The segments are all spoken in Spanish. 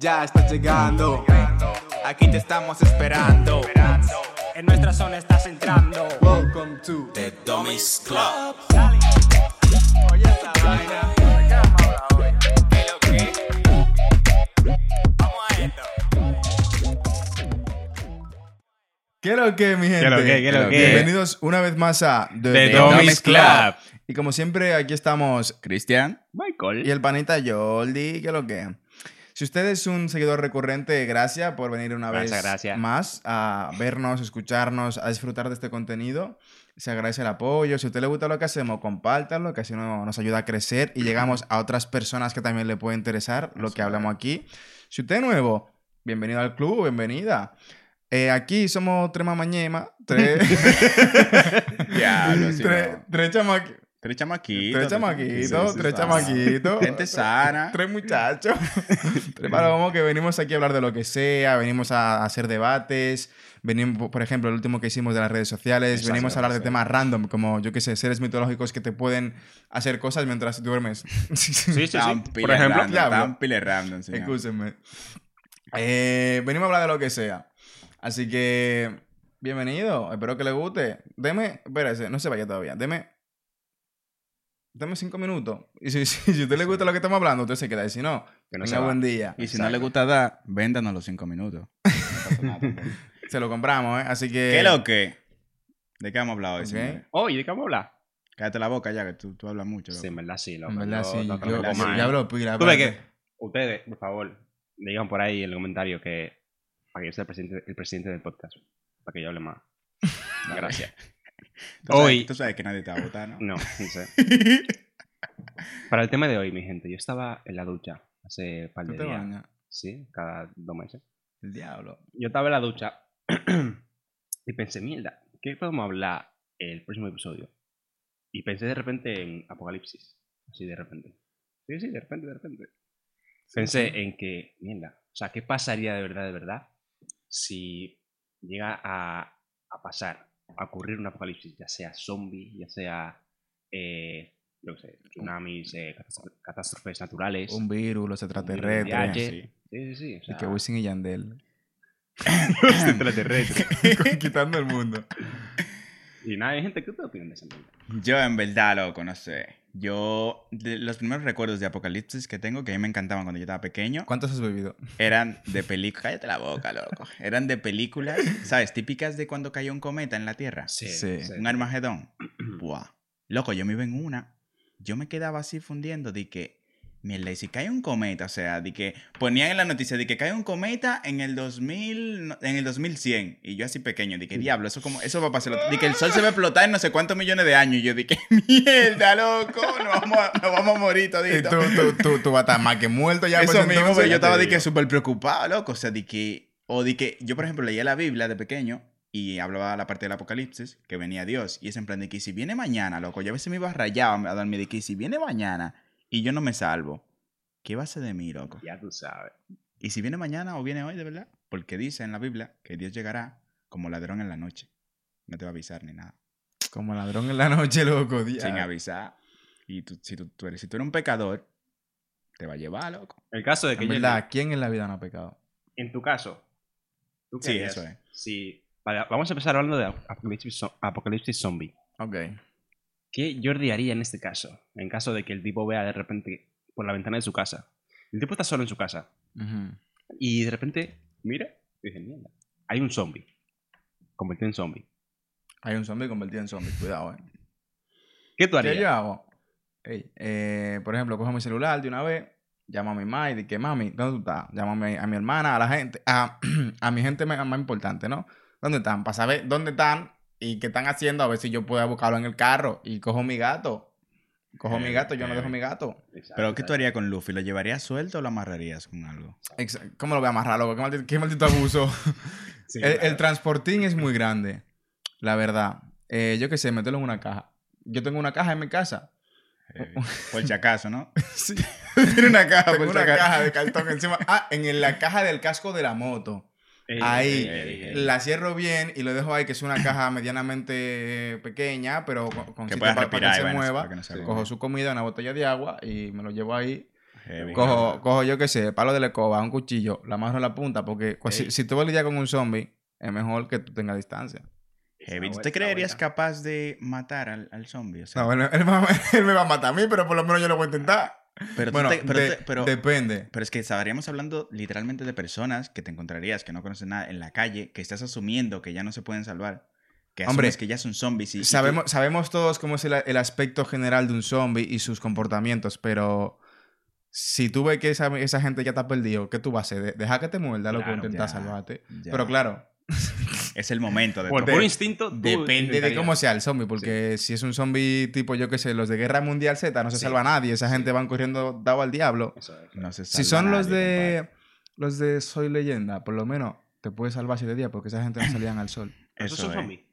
Ya estás llegando, aquí te estamos esperando. En nuestra zona estás entrando. Welcome to the Tommy's Club. Oye esa vaina. ¿Qué lo que, mi gente? lo que, qué lo que? Bienvenidos una vez más a The, The Tommy's Club. Y como siempre, aquí estamos Cristian. Michael. Y el panita Yoldi, que lo que. Si usted es un seguidor recurrente, gracias por venir una Gracias, vez gracias. más a vernos, escucharnos, a disfrutar de este contenido. Se agradece el apoyo. Si a usted le gusta lo que hacemos, compártalo, que así no- nos ayuda a crecer y llegamos a otras personas que también le puede interesar lo que hablamos aquí. Si usted es nuevo, bienvenido al club, bienvenida. Eh, aquí somos tres mamañema, tres, Ya, no, sí, tres, no. tres chamaqui- Tres chamaquitos. tres chamaquitos, sí, tres sí, chamaquitos. Gente sana. Tres muchachos. Tres palomos que venimos aquí a hablar de lo que sea, venimos a hacer debates, venimos, por ejemplo, el último que hicimos de las redes sociales, Exacto, venimos a hablar de sí. temas random, como yo qué sé, seres mitológicos que te pueden hacer cosas mientras duermes. Sí, sí, Tan sí. pile Por ejemplo, random, diablo. tan pile random, señor. Escúchenme. Eh, venimos a hablar de lo que sea. Así que, bienvenido, espero que le guste. Deme, espérese, no se vaya todavía, deme. Deme cinco minutos. Y si, si, si a usted le gusta lo que estamos hablando, usted se queda. Y si no, Que no se tenga va. buen día. Y si no le gusta dar, véndanos los cinco minutos. No pasa nada. Se lo compramos, ¿eh? Así que. ¿Qué lo que? ¿De qué hemos hablado hoy, Ok. señores? Oye, Oh, ¿de qué vamos a hablar? Cállate la boca ya, que tú, tú hablas mucho. loco. Sí, en verdad sí, loco. En verdad, Yo sí. no Yo, creo que yo- coma, yo ¿eh? hablo pila, Tú ves que aparte. ustedes, por favor, digan por ahí en el comentario que para que yo sea el presidente, el presidente del podcast, para que yo hable más. Gracias. Tú sabes- Hoy- Tú sabes que nadie te va a votar, ¿no? No, no sé. Para el tema de hoy, mi gente, yo estaba en la ducha hace par Tú de te días. bañas. Sí, cada dos meses. El diablo. yo estaba en la ducha y pensé, mierda, ¿qué podemos hablar el próximo episodio? Y pensé de repente en Apocalipsis, así de repente. Sí, sí, de repente, de repente. Pensé en que, mierda, o sea, ¿qué pasaría de verdad, de verdad, si llega a, a pasar, a ocurrir un apocalipsis, ya sea zombie, ya sea, eh, yo qué sé, tsunamis, eh, catas- catástrofes naturales? Un virus, los VIH. extraterrestres. Sí. Sí, sí, sí. o Y sea, que Wisin y Yandel. Este extraterrestre. Quitando el mundo. Y nada, mi gente, ¿qué te opinan de esa mierda? Yo en verdad, loco, no sé. Yo, de los primeros recuerdos de Apocalipsis que tengo, que a mí me encantaban cuando yo estaba pequeño, ¿Cuántos has bebido? eran de películas. Cállate la boca, loco. Eran de películas, ¿sabes? Típicas de cuando cayó un cometa en la Tierra. Eh, Sí. Un Armagedón. Buah. Loco, yo me iba en una. Yo me quedaba así fundiendo de que, mierda, y si cae un cometa, o sea, de que ponían en la noticia de que cae un cometa en el 2000, no- en el 2100. Y yo así pequeño, de que diablo, eso como, eso va a pasar. De que el sol se va a explotar en no sé cuántos millones de años. Y yo de que, mierda, loco, nos vamos a, nos vamos a morir Y todito. tú, tú, tú, tú vas a estar más que muerto ya. Eso pues, mismo, entonces. pero yo estaba de digo. que súper preocupado, loco. O sea, de que. O de que. Yo, por ejemplo, leía la Biblia de pequeño y hablaba la parte del Apocalipsis, que venía Dios. Y es en plan de que si viene mañana, loco. Yo a veces me iba rayado a dormir de que si viene mañana y yo no me salvo, ¿qué va a ser de mí, loco? Ya tú sabes. Y si viene mañana o viene hoy, de verdad. Porque dice en la Biblia que Dios llegará como ladrón en la noche. No te va a avisar ni nada. Como ladrón en la noche, loco. ah, diablo. Sin avisar. Y tú, si, tú, tú eres, si tú eres un pecador, te va a llevar, loco. El caso de que En llegue- verdad, ¿quién en la vida no ha pecado? en tu caso, ¿tú qué Sí, harías eso es. si- Vale, vamos a empezar hablando de apocalipsis, zo- apocalipsis zombie. Ok. ¿Qué Jordi haría en este caso? En caso de que el tipo vea de repente por la ventana de su casa. El tipo está solo en su casa. Ujú. Y de repente, mira, y dice, mierda, hay un zombie. Convertido en zombie. Hay un zombie convertido en zombie. Cuidado, eh. ¿Qué tú ¿Qué yo harías? hago? Ey, eh, por ejemplo, cojo mi celular de una vez, llamo a mi mamá y digo, mami, ¿dónde tú estás? Llamo a mi, a mi hermana, a la gente, a, a mi gente más, más importante, ¿no? ¿Dónde están? Para saber dónde están y qué están haciendo, a ver si yo puedo buscarlo en el carro. Y cojo mi gato. Cojo mi Eh, gato, yo no eh. dejo mi gato. Exacto, Pero, ¿qué exacto. tú harías con Luffy? ¿Lo llevarías suelto o lo amarrarías con algo? Ex- ¿Cómo lo voy a amarrar, loco? ¿Qué maldito, qué maldito abuso? Sí, el, el claro. transportín es muy grande, la verdad. Eh, yo qué sé, meterlo en una caja. Yo tengo una caja en mi casa. Eh, por si acaso, ¿no? Sí. Tiene una caja, Tengo por si una acaso. caja de cartón encima. Ah, en el- la caja del casco de la moto. Eh, Ahí. eh, eh, eh. La cierro bien y lo dejo ahí, que es una caja medianamente pequeña, pero con, con Que sitio puedas pa- para, respirar. que y se vainas, mueva. para que no se Cojo agote. su comida, una botella de agua y me lo llevo ahí. Heavy. Cojo, cojo yo qué sé, palo de la escoba, un cuchillo, la amarro a la punta, porque cu- Ey. si, si tú vas a lidiar con un zombie, es mejor que tú tengas distancia. Heavy. Está ¿Tú buena, te está creerías buena. capaz de matar al, al zombie? O sea, No, eh, bueno, él, va- él me va a matar a mí, pero por lo menos yo lo voy a intentar. pero, tú bueno, te- pero de- te- pero- depende. pero es que estaríamos hablando literalmente de personas que te encontrarías, que no conoces nada en la calle, que estás asumiendo que ya no se pueden salvar. Que Hombre, asumes que ya son zombies. Y, y tú- Sabemos, sabemos todos cómo es el, el aspecto general de un zombie y sus comportamientos, pero si tú ves que esa, esa gente ya está perdido, ¿qué tú vas a hacer? De- Deja que te muerda, loco, Claro, intentar ya, salvarte. ya. Pero claro, Es el momento de Por todo. puro instinto, tú depende de intentarías. cómo sea el zombie, porque si es un zombie tipo, yo qué sé, los de Guerra Mundial Z, no se Sí. salva nadie, esa gente van corriendo dado al diablo. Eso es. No se Si salva son los nadie, de los de Soy Leyenda, por lo menos te puedes salvar siete días porque esa gente no salían al sol. compadre. Eso es eh. un es. zombie.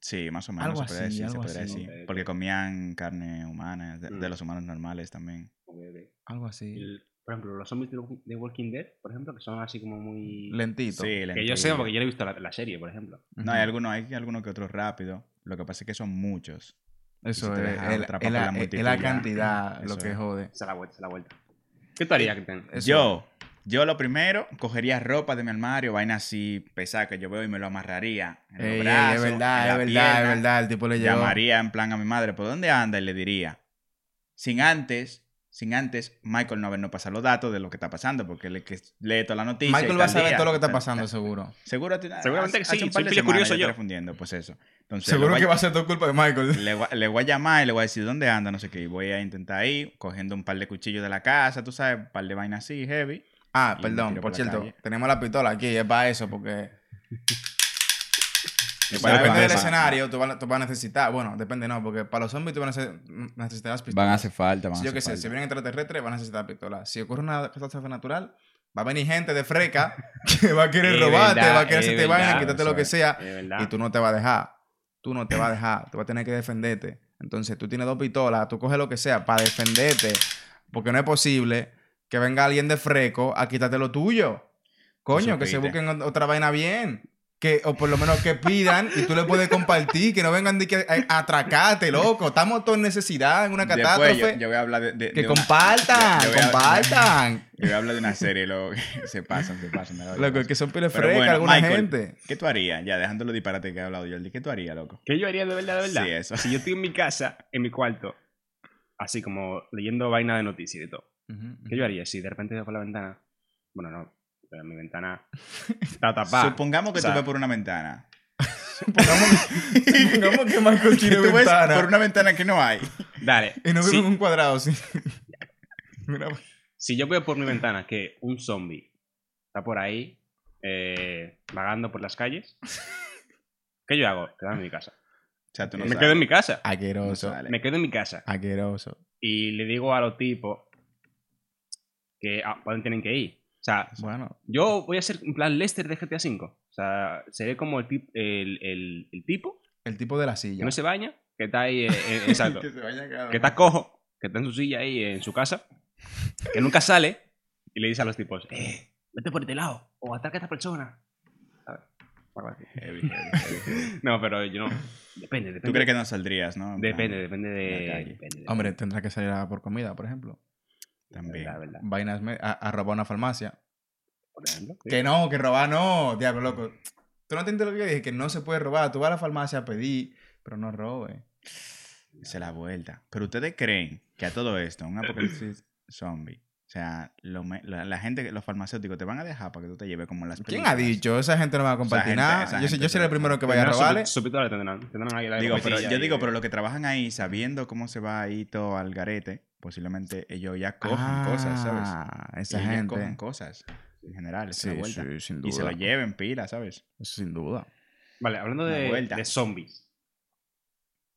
Sí, más o menos. Algo se podría así, decir, se algo podría así. decir. Ok, ok. Porque comían carne humana, de, de Mm. los humanos normales también. Ok, ok. Algo así. El- por ejemplo, los zombies de Walking- de Walking Dead, por ejemplo, que son así como muy... Lentito. Sí, Que yo lentillas. sé porque yo no he visto la, la serie, por ejemplo. No, hay Ujú. algunos, hay algunos que otros rápido. Lo que pasa es que son muchos. Eso si te es, dejas es la- atrapar es por la, la es- es multitud, la ya. cantidad Eso lo que es. jode. Se da la vuelta, se da la vuelta. ¿Qué Eh, tú harías, Cristian? Eso Yo, yo lo primero, cogería ropa de mi armario, vaina así pesada que yo veo y me lo amarraría. En los Ey, ey, brazos, es en verdad, la es verdad, es pierna. verdad. El tipo le llegó. Llamaría en plan a mi madre, ¿por dónde anda? Y le diría. Sin antes, sin antes, Michael no habernos pasado los datos de lo que está pasando, porque le que lee toda la noticia. Michael y va a tal saber día, todo lo que está tal- pasando, tal- seguro. Seguro, te- Seguramente que hace sí, un par soy de pile semanas curioso yo. yo. estoy Refundiendo, pues eso. Entonces, seguro lo que va a ser todo culpa de Michael. le, voy- le voy a llamar y le voy a decir dónde anda, no sé qué. Y voy a intentar ir cogiendo un par de cuchillos de la casa, tú sabes, un par de vainas así, heavy. Ah, Y me perdón, tiro por por la cierto, calle. tenemos la pistola aquí, es para eso, porque Y Bueno, sabes, depende del van- escenario, tú vas, tú vas a necesitar. Bueno, depende, no, porque para los zombies tú vas a neces- necesitarás pistolas. Van a hacer falta, van Si a yo hacer qué sé, falta. si vienen extraterrestres, van a necesitar pistolas. Si ocurre una catástrofe natural, va a venir gente de freca que va a querer Es robarte, verdad, va a querer es hacerte vaina, verdad, quitarte eso lo que es. sea, De verdad. y tú no te vas a dejar. Tú no te vas a dejar, tú vas a tener que defenderte. Entonces tú tienes dos pistolas, tú coges lo que sea para defenderte, porque no es posible que venga alguien de freco a quitarte lo tuyo. Coño, que se supiste. busquen ot- otra vaina bien. Que, o por lo menos que pidan y tú le puedes compartir, que no vengan de que eh, a- a atracarte, loco. Estamos todos en necesidad, en una Después catástrofe. yo, yo voy a hablar de. de- que de una- compartan, yo- yo voy a- compartan. Yo voy a hablar de una serie, lo se pasan, se pasan. la verdad, Loco, se es que son piles Pero frescas bueno, alguna Michael. gente. ¿Qué tú harías? Ya, dejando los disparates que he hablado yo, ¿qué tú harías, loco? ¿Qué yo haría de verdad, de verdad? Sí, eso. Si yo estoy en mi casa, en mi cuarto, así como leyendo vaina de noticias y de todo, ¿qué yo haría? Si de repente veo por la ventana, bueno, no, pero mi ventana está tapada. Supongamos que O sea, tú ves por una ventana. Supongamos, supongamos que Michael Que tiene tú ves ventana por una ventana que no hay. Dale. y no vive si, en un cuadrado, sí. pues. Una- si yo veo por mi ventana que un zombie está por ahí, eh, vagando por las calles, ¿qué yo hago? Quedarme en mi casa. O sea, tú no me sabes. quedo en mi casa. No Aqueroso, sale. Me quedo en mi casa. aqueroso. Y le digo a los tipos que "Ah, a dónde tienen que ir. O sea, Bueno, Yo voy a ser en plan Lester de GTA V. O sea, seré como el, tip- el, el- el tipo el tipo de la que silla. no se baña, que está ahí, eh, eh, exacto, Que se vaya cada que está cojo, que está en su silla ahí eh, en su casa, que nunca sale y le dice a los tipos, eh, vete por este lado o ataca a esta persona. ¿Sabes? Algo así. Heavy, heavy, heavy, heavy. No, pero yo no. Depende, depende. ¿Tú crees que no saldrías, no? En plan, Depende, depende en la de... calle. depende de- Hombre, tendrá que salir a por comida, por ejemplo. También. La verdad, Vainas me- a, a robar una farmacia. por ejemplo, sí. Que no, que robar no. Diablo, loco. Tú no entiendes lo que yo dije, que no se puede robar. Tú vas a la farmacia a pedir, pero no robes. Se la vuelta. Pero ustedes creen que a todo esto, un apocalipsis zombie, o sea, lo me- la, la gente, los farmacéuticos te van a dejar para que tú te lleves como las ¿Quién ha películas? dicho? Esa gente no va a compartir gente- nada. esa yo, soy- yo gente seré el no. primero que vaya a Primero su- robarle. Su pistola tendrán, tendrán ahí la Digo, pero, cosilla yo y- digo, pero los que trabajan ahí sabiendo cómo se va ahí todo al garete, posiblemente ellos ya cojan cosas, ¿sabes? Ah, Esa Ellos ya gente. cojan cosas en general, se la Sí, vuelta. sí, sin y se lo duda. lleven pila, ¿sabes? Sin duda. Vale, hablando Una de, vuelta. de zombies.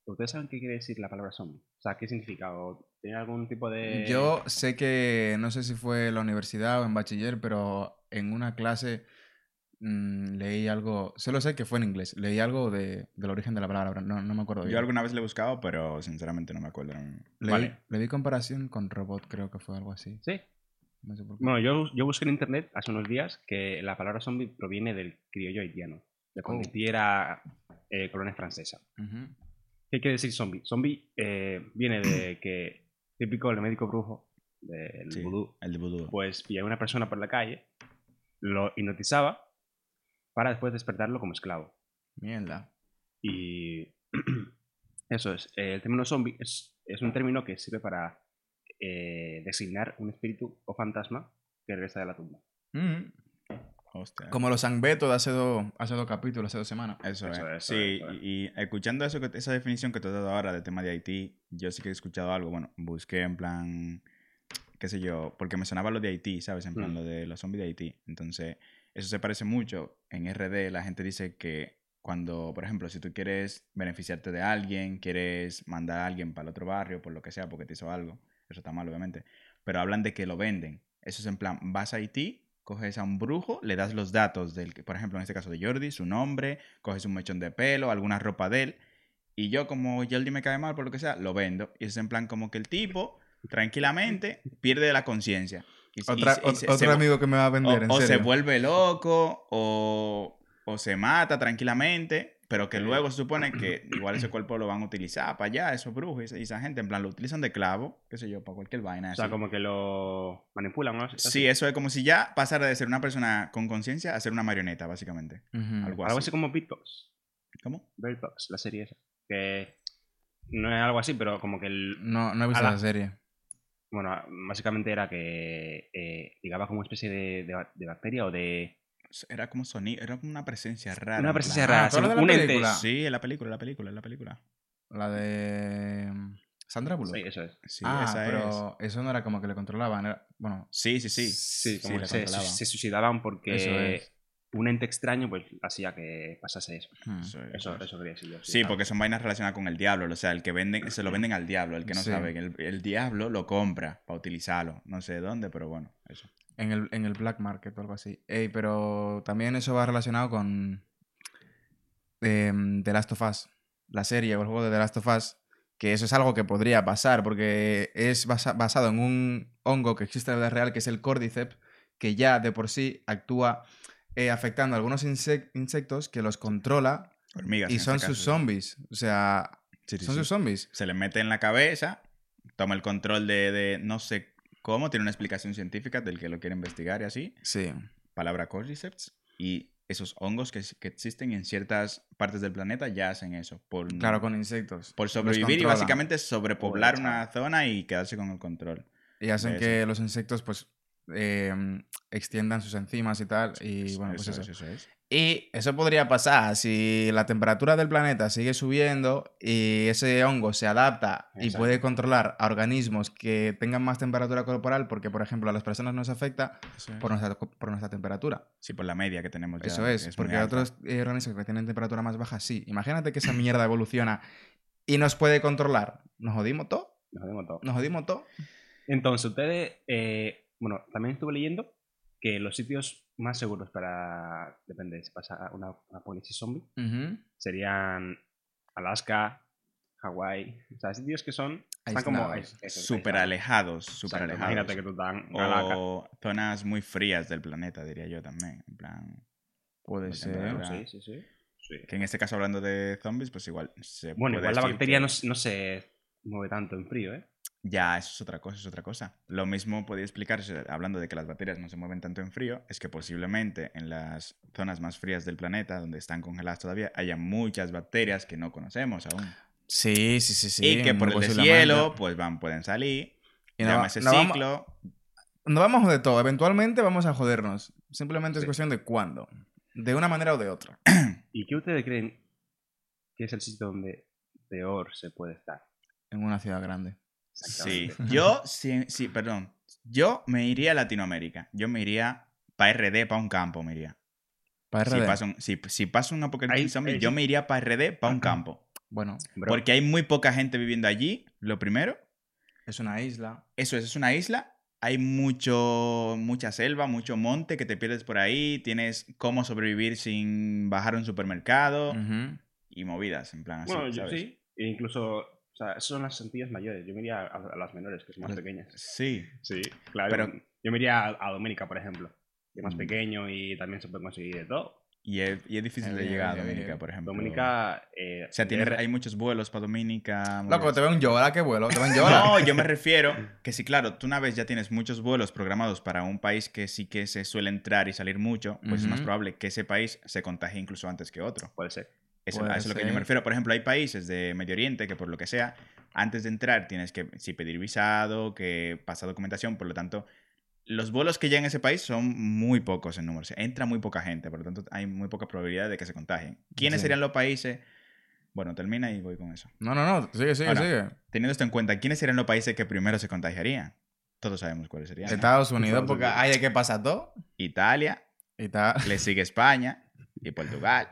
¿Ustedes saben qué quiere decir la palabra zombie? O sea, ¿qué significa? ¿O tiene algún tipo Eh, de...? Yo sé que, no sé si fue en la universidad o en bachiller, pero en una clase mm, leí algo, solo sé que fue en inglés, leí algo de, del origen de la palabra, pero no, no me acuerdo bien. Yo alguna vez lo he buscado, pero sinceramente no me acuerdo. ahora mismo. leí, vale. leí comparación con robot, creo que fue algo así. ¿Sí? No sé por qué. Bueno, yo, yo busqué en internet hace unos días que la palabra zombie proviene del criollo haitiano, de cuando Oh. Haití era eh, colonia francesa. Ujú. ¿Qué quiere decir zombie? Zombie eh, viene de que, típico del médico brujo, del Sí. vudú, El de vudú. pues pillaba a una persona por la calle, lo hipnotizaba para después despertarlo como esclavo. Mierda. Y eso es. eh, el término zombie es, es un término que sirve para eh, designar un espíritu o fantasma que regresa de la tumba. Mm. Hostia. Como los Sangbeto de hace dos, hace dos capítulos, hace dos semanas. Eso, Eso es. es, sí, eso es. y, y escuchando eso, que- esa definición que tú has dado ahora del tema de Haití, yo sí que he escuchado algo. Bueno, busqué en plan, qué sé yo, porque me sonaba lo de Haití, ¿sabes? En plan, Mm. lo de los zombies de Haití. Entonces, eso se parece mucho. En RD la gente dice que cuando, por ejemplo, si tú quieres beneficiarte de alguien, quieres mandar a alguien para el otro barrio, por lo que sea, porque te hizo algo, eso está mal, obviamente. Pero hablan de que lo venden. Eso es en plan, vas a Haití, coges a un brujo, le das los datos del, por ejemplo, en este caso de Jordi, su nombre, coges un mechón de pelo, alguna ropa de él. Y yo, como Jordi me cae mal, por lo que sea, lo vendo. Y es en plan como que el tipo, tranquilamente, pierde la conciencia. Y- y- Otra- y ot- se- otro se- amigo que me va a o, vender, en o se serio. vuelve loco, o, o se mata tranquilamente, pero que luego se supone que igual ese cuerpo lo van a utilizar para allá, esos brujos y esa, y esa gente. En plan, lo utilizan de clavo, qué sé yo, para cualquier vaina. O sea, así. como que lo manipulan, ¿no? Ah, Sí, eso es como si ya pasara de ser una persona con conciencia a ser una marioneta, básicamente. Ujú. Algo así. Algo así como Beatbox. ¿Cómo? Bird Box, la serie esa. Que no es algo así, pero como que el- No, no he visto Ala. la serie. Bueno, básicamente era que eh, llegaba como una especie de, de ba- de bacteria o de... Era como sonido, era como una presencia rara. Una en presencia plan- Ah, rara, ¿tú hablas de la un ente. película? rara. Sí, en la película, en la película, en la película. La de. mm, Sandra Bullock. Sí, eso es. Sí, ah, esa es. pero eso no era como que le controlaban. Era... Bueno, Sí, sí, sí. Sí, como sí, que la se, controlaba. se suicidaban porque Eso es. un ente extraño pues hacía que pasase eso. hmm. Eso es, Eso, eso es. eso quería decir yo. Sí, porque son vainas relacionadas con el diablo. O sea, el que venden, se lo venden al diablo, el que no Sí. sabe. que El, el diablo lo compra para utilizarlo. No sé dónde, pero bueno, eso. en, el, en el black market o algo así. Ey, pero también eso va relacionado con. em, The Last of Us. La serie o el juego de The Last of Us. Que eso es algo que podría pasar, porque es basa- basado en un hongo que existe en la vida real, que es el Cordyceps, que ya de por sí actúa eh, afectando a algunos insec- insectos que los controla Hormigas. y en son este sus caso. zombies. O sea, Sí, sí, son sí. sus zombies. Se le mete en la cabeza, toma el control de, de no sé cómo, tiene una explicación científica del que lo quiere investigar y así. Sí. palabra cordyceps y esos hongos que, que existen en ciertas partes del planeta ya hacen eso por, Claro, con insectos. por Los sobrevivir y controlan. básicamente sobrepoblar Pobre una zona y quedarse con el control. Y hacen Eso. que los insectos, pues, eh, extiendan sus enzimas y tal. Y bueno, pues eso. es, eso es. Y eso podría pasar si la temperatura del planeta sigue subiendo y ese hongo se adapta y Exacto. puede controlar a organismos que tengan más temperatura corporal, porque, por ejemplo, a las personas nos afecta Eso es. por nuestra, por nuestra temperatura. Sí, por la media que tenemos. ya, Eso es, que muy porque alta. otros eh, organismos que tienen temperatura más baja, sí. Imagínate que esa mierda evoluciona y nos puede controlar. Nos jodimos todo, Nos habíamos matado. nos jodimos todo. Entonces, ustedes, eh, bueno, también estuve leyendo que los sitios más seguros para, depende, de si pasa una, una apocalipsis zombie, Ujú. serían Alaska, Hawái, o sea, sitios que son, están como Aislados. ais- eso, Súper aislados. alejados, Exacto, súper Imagínate alejados. que tú estás en Alaska. O zonas muy frías del planeta, diría yo también. En plan, Puede Por ser. temperatura. Sí, sí, sí. sí. que en este caso, hablando de zombies, pues igual se Bueno, puede igual la decir bacteria que- no, se- no se mueve tanto en frío, ¿eh? Ya, eso es otra cosa, es otra cosa. Lo mismo podría explicarse, eh, hablando de que las bacterias no se mueven tanto en frío, es que posiblemente en las zonas más frías del planeta, donde están congeladas todavía, haya muchas bacterias que no conocemos aún. Sí, sí, sí, sí. y que por muy el posiblemente. deshielo, pues van, pueden salir. Y no, llama va- ese no vamos, ciclo. no vamos a joder todo. Eventualmente vamos a jodernos. Simplemente es Sí. cuestión de cuándo. De una manera o de otra. ¿Y qué ustedes creen que es el sitio donde peor se puede estar? En una ciudad grande. Sí. Exactamente. Yo, sí, sí, perdón. Yo me iría a Latinoamérica. Yo me iría para RD, para un campo, me iría. Para Si RD. pasa un, si, si pasa un apocalipsis Ahí- zombie, ahí yo sí. me iría para RD, para un campo. Bueno, Bro, Porque hay muy poca gente viviendo allí, lo primero. es una isla. Eso es, es una isla. Hay mucho, mucha selva, mucho monte que te pierdes por ahí. Tienes cómo sobrevivir sin bajar a un supermercado Ujú. y movidas, en plan así. bueno, yo ¿sabes? sí. E incluso, o sea, esas son las sentillas mayores. Yo me iría a, a las menores, que son más Pues- pequeñas. Sí. Sí, claro. Pero Yo me iría a, a Dominica, por ejemplo, que es más Mm. pequeño y también se puede conseguir de todo. Y es, y es difícil de Eh, llegar eh, a Dominica, eh, por ejemplo. Dominica. eh, O sea, tiene- R- hay muchos vuelos para Dominica. Loco, te veo en Yola, qué vuelo, te veo en Yola. No, yo me refiero que sí, claro, tú una vez ya tienes muchos vuelos programados para un país que sí que se suele entrar y salir mucho, pues es más Ujú. probable que ese país se contagie incluso antes que otro. puede ser. Eso, Puede a eso es lo que yo ser. me refiero. Por ejemplo, hay países de Medio Oriente que por lo que sea, antes de entrar tienes que sí, pedir visado, que pasa documentación, por lo tanto, los vuelos que ya en ese país son muy pocos en número. O sea, entra muy poca gente, por lo tanto, hay muy poca probabilidad de que se contagien. ¿Quiénes Sí. serían los países? Bueno, termina y voy con eso. No, no, no, sigue, sigue, Ahora, sigue. Teniendo esto en cuenta, ¿quiénes serían los países que primero se contagiarían? Todos sabemos cuáles serían. ¿no? Estados Unidos, Estados porque Unidos. hay de qué pasa todo. Italia, Y está le sigue España y Portugal.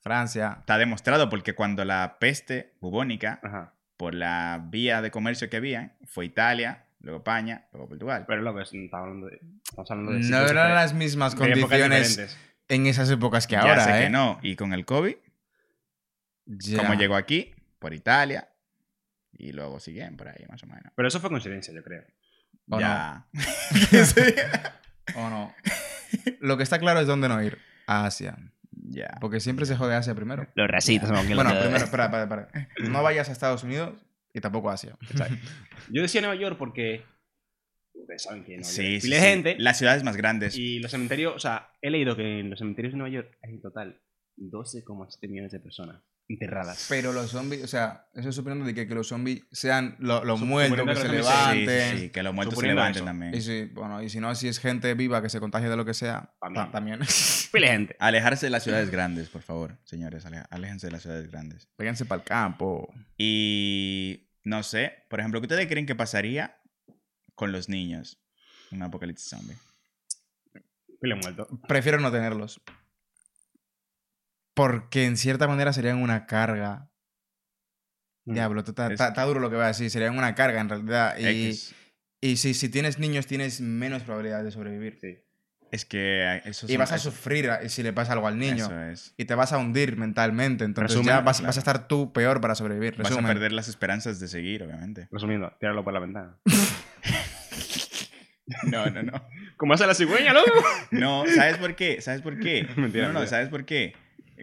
Francia. Está demostrado porque cuando la peste bubónica Ajá. por la vía de comercio que había, fue Italia, luego España, luego Portugal. Pero lo que es- estamos hablando de. Estamos hablando de No pues, sitios eran diferentes, las mismas de épocas condiciones diferentes. en esas épocas que ya ahora, sé ¿eh? que no. Y con el COVID, Ya. como llegó aquí, por Italia, y luego siguen por ahí, más o menos. Pero eso fue coincidencia, yo creo. ¿O ya. ¿O no? Lo que está claro es dónde no ir. A Asia. ya. Porque siempre se jode Asia primero. Los racistas. ¿no? Que Bueno, los- primero, espera, espera, espera. No vayas a Estados Unidos y tampoco a Asia. Yo decía Nueva York porque. Ustedes saben que en Nueva York Sí, hay sí, pila de sí. gente. Las ciudades más grandes. Y los cementerios, o sea, he leído que en los cementerios de Nueva York hay en total 12,7 millones de personas enterradas. Pero los zombies, o sea, eso es suponiendo de que, que los zombies sean lo- los Suponiendo muertos que que se los Sí, zombies levanten. sí, sí, que los muertos se Suponiendo levanten eso. también. Y si, bueno, y si no, si es gente viva que se contagia de lo que sea, ta- También. también. Pile de gente. Alejarse de las ciudades grandes, por favor, señores. ale- Aléjense de las ciudades grandes. Véganse para el campo. Y no sé, por ejemplo, ¿qué ustedes creen que pasaría con los niños? Un apocalipsis zombie. Pile muerto. Prefiero no tenerlos. Porque en cierta manera serían una carga. Diablo, tú ta- Mm. Es- ta- está duro lo que va a decir. Serían una carga en realidad. Y, X. y si, si tienes niños, tienes menos probabilidad de sobrevivir. Sí. Es que ah, eso Y vas a sufrir a- si le pasa algo al niño. Eso es. Y te vas a hundir mentalmente. Entonces Resumen, ya vas, vas claro. a estar tú peor para sobrevivir. Vas a Resumen. perder las esperanzas de seguir, obviamente. Resumiendo, tíralo por la ventana. No, no, no. ¿Cómo hace la cigüeña, loco? No, ¿sabes por qué? ¿Sabes por qué? Mentira, no, no, mentira. ¿sabes por qué?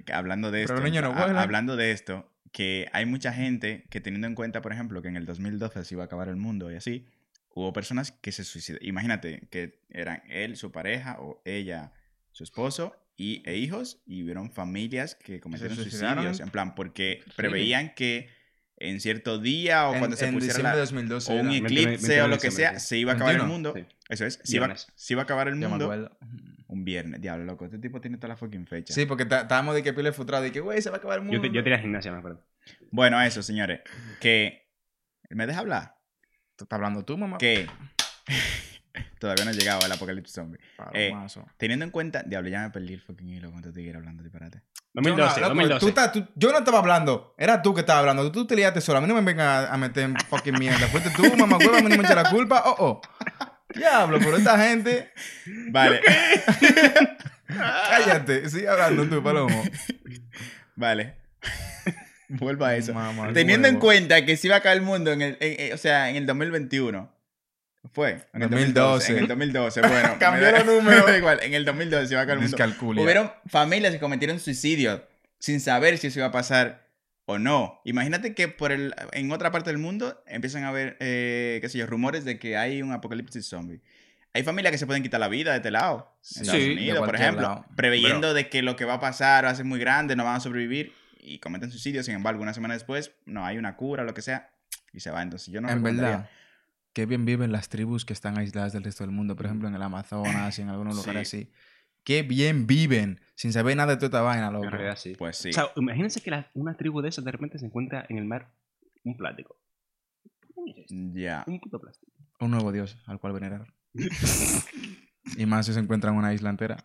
Que Hablando de Pero esto. los niños no ha- vuelan. hablando de esto, que hay mucha gente que teniendo en cuenta, por ejemplo, que en el 2012 se iba a acabar el mundo y así, hubo personas que se suicidaron. Imagínate que eran él, su pareja, o ella, su esposo y, e hijos, y hubieron familias que cometieron suicidaron? suicidios, en plan, porque preveían que en cierto día o En, cuando se en pusiera diciembre de la- o 2012. un era. me- eclipse 21 o lo que diciembre, sea, se iba a acabar el 21. mundo. Sí. Eso es, se iba, Viernes. se iba a acabar el Yo me mundo. acuerdo. Un viernes, diablo, loco. Este tipo tiene toda la fucking fecha. Sí, porque ta- estábamos de que pile frustrado. De que, güey, se va a acabar el mundo. Yo, te- yo tiré a gimnasia, me acuerdo. Bueno, eso, señores. Que. ¿Me deja hablar? ¿Tú estás hablando tú, mamá? Que. Todavía no he llegado al apocalipsis zombie. Palomazo. Teniendo en cuenta. Diablo, ya me perdí el fucking hilo cuando te quiero hablando, disparate. Yo no, 2012, loco, 2012. tú ta- tú- yo no estaba hablando. Era tú que estabas hablando. Tú te liaste solo. A mí no me vengas a, a meter en fucking mierda. Fuiste tú, mamá hueva, a mí no me echa la culpa. Oh, oh. Diablo, pero esta gente. Vale, Cállate. Sigue hablando tú, palomo. vale. Vuelvo a eso. Mamá Teniendo en huevo. cuenta que se iba a acabar el mundo en el. en- en- o sea, en el 2021. Fue. En el 2012. En el 2012, bueno. Cambió me da- los números. me da igual. En el 2012 se iba a acabar el mundo. Descalculia. Hubieron familias que cometieron suicidio sin saber si eso iba a pasar o no. Imagínate que por el, en otra parte del mundo empiezan a haber, eh, qué sé yo, rumores de que hay un apocalipsis zombie. Hay familias que se pueden quitar la vida de este lado. Sí, En Estados de Unidos, por cualquier ejemplo. lado. Preveyendo de que lo que va a pasar va a ser muy grande, no van a sobrevivir y cometen suicidio. Sin embargo, una semana después, no hay una cura, lo que sea, y se va. Entonces yo no en recomendaría- verdad, qué bien viven las tribus que están aisladas del resto del mundo, por ejemplo en el Amazonas y en algunos lugares así. Qué bien viven sin saber nada de toda esta vaina, loco. En realidad, sí. Pues sí. O sea, imagínense que la- una tribu de esas de repente se encuentra en el mar un plástico. ya. Un puto plástico. Un nuevo dios al cual venerar. y más si se encuentran en una isla entera.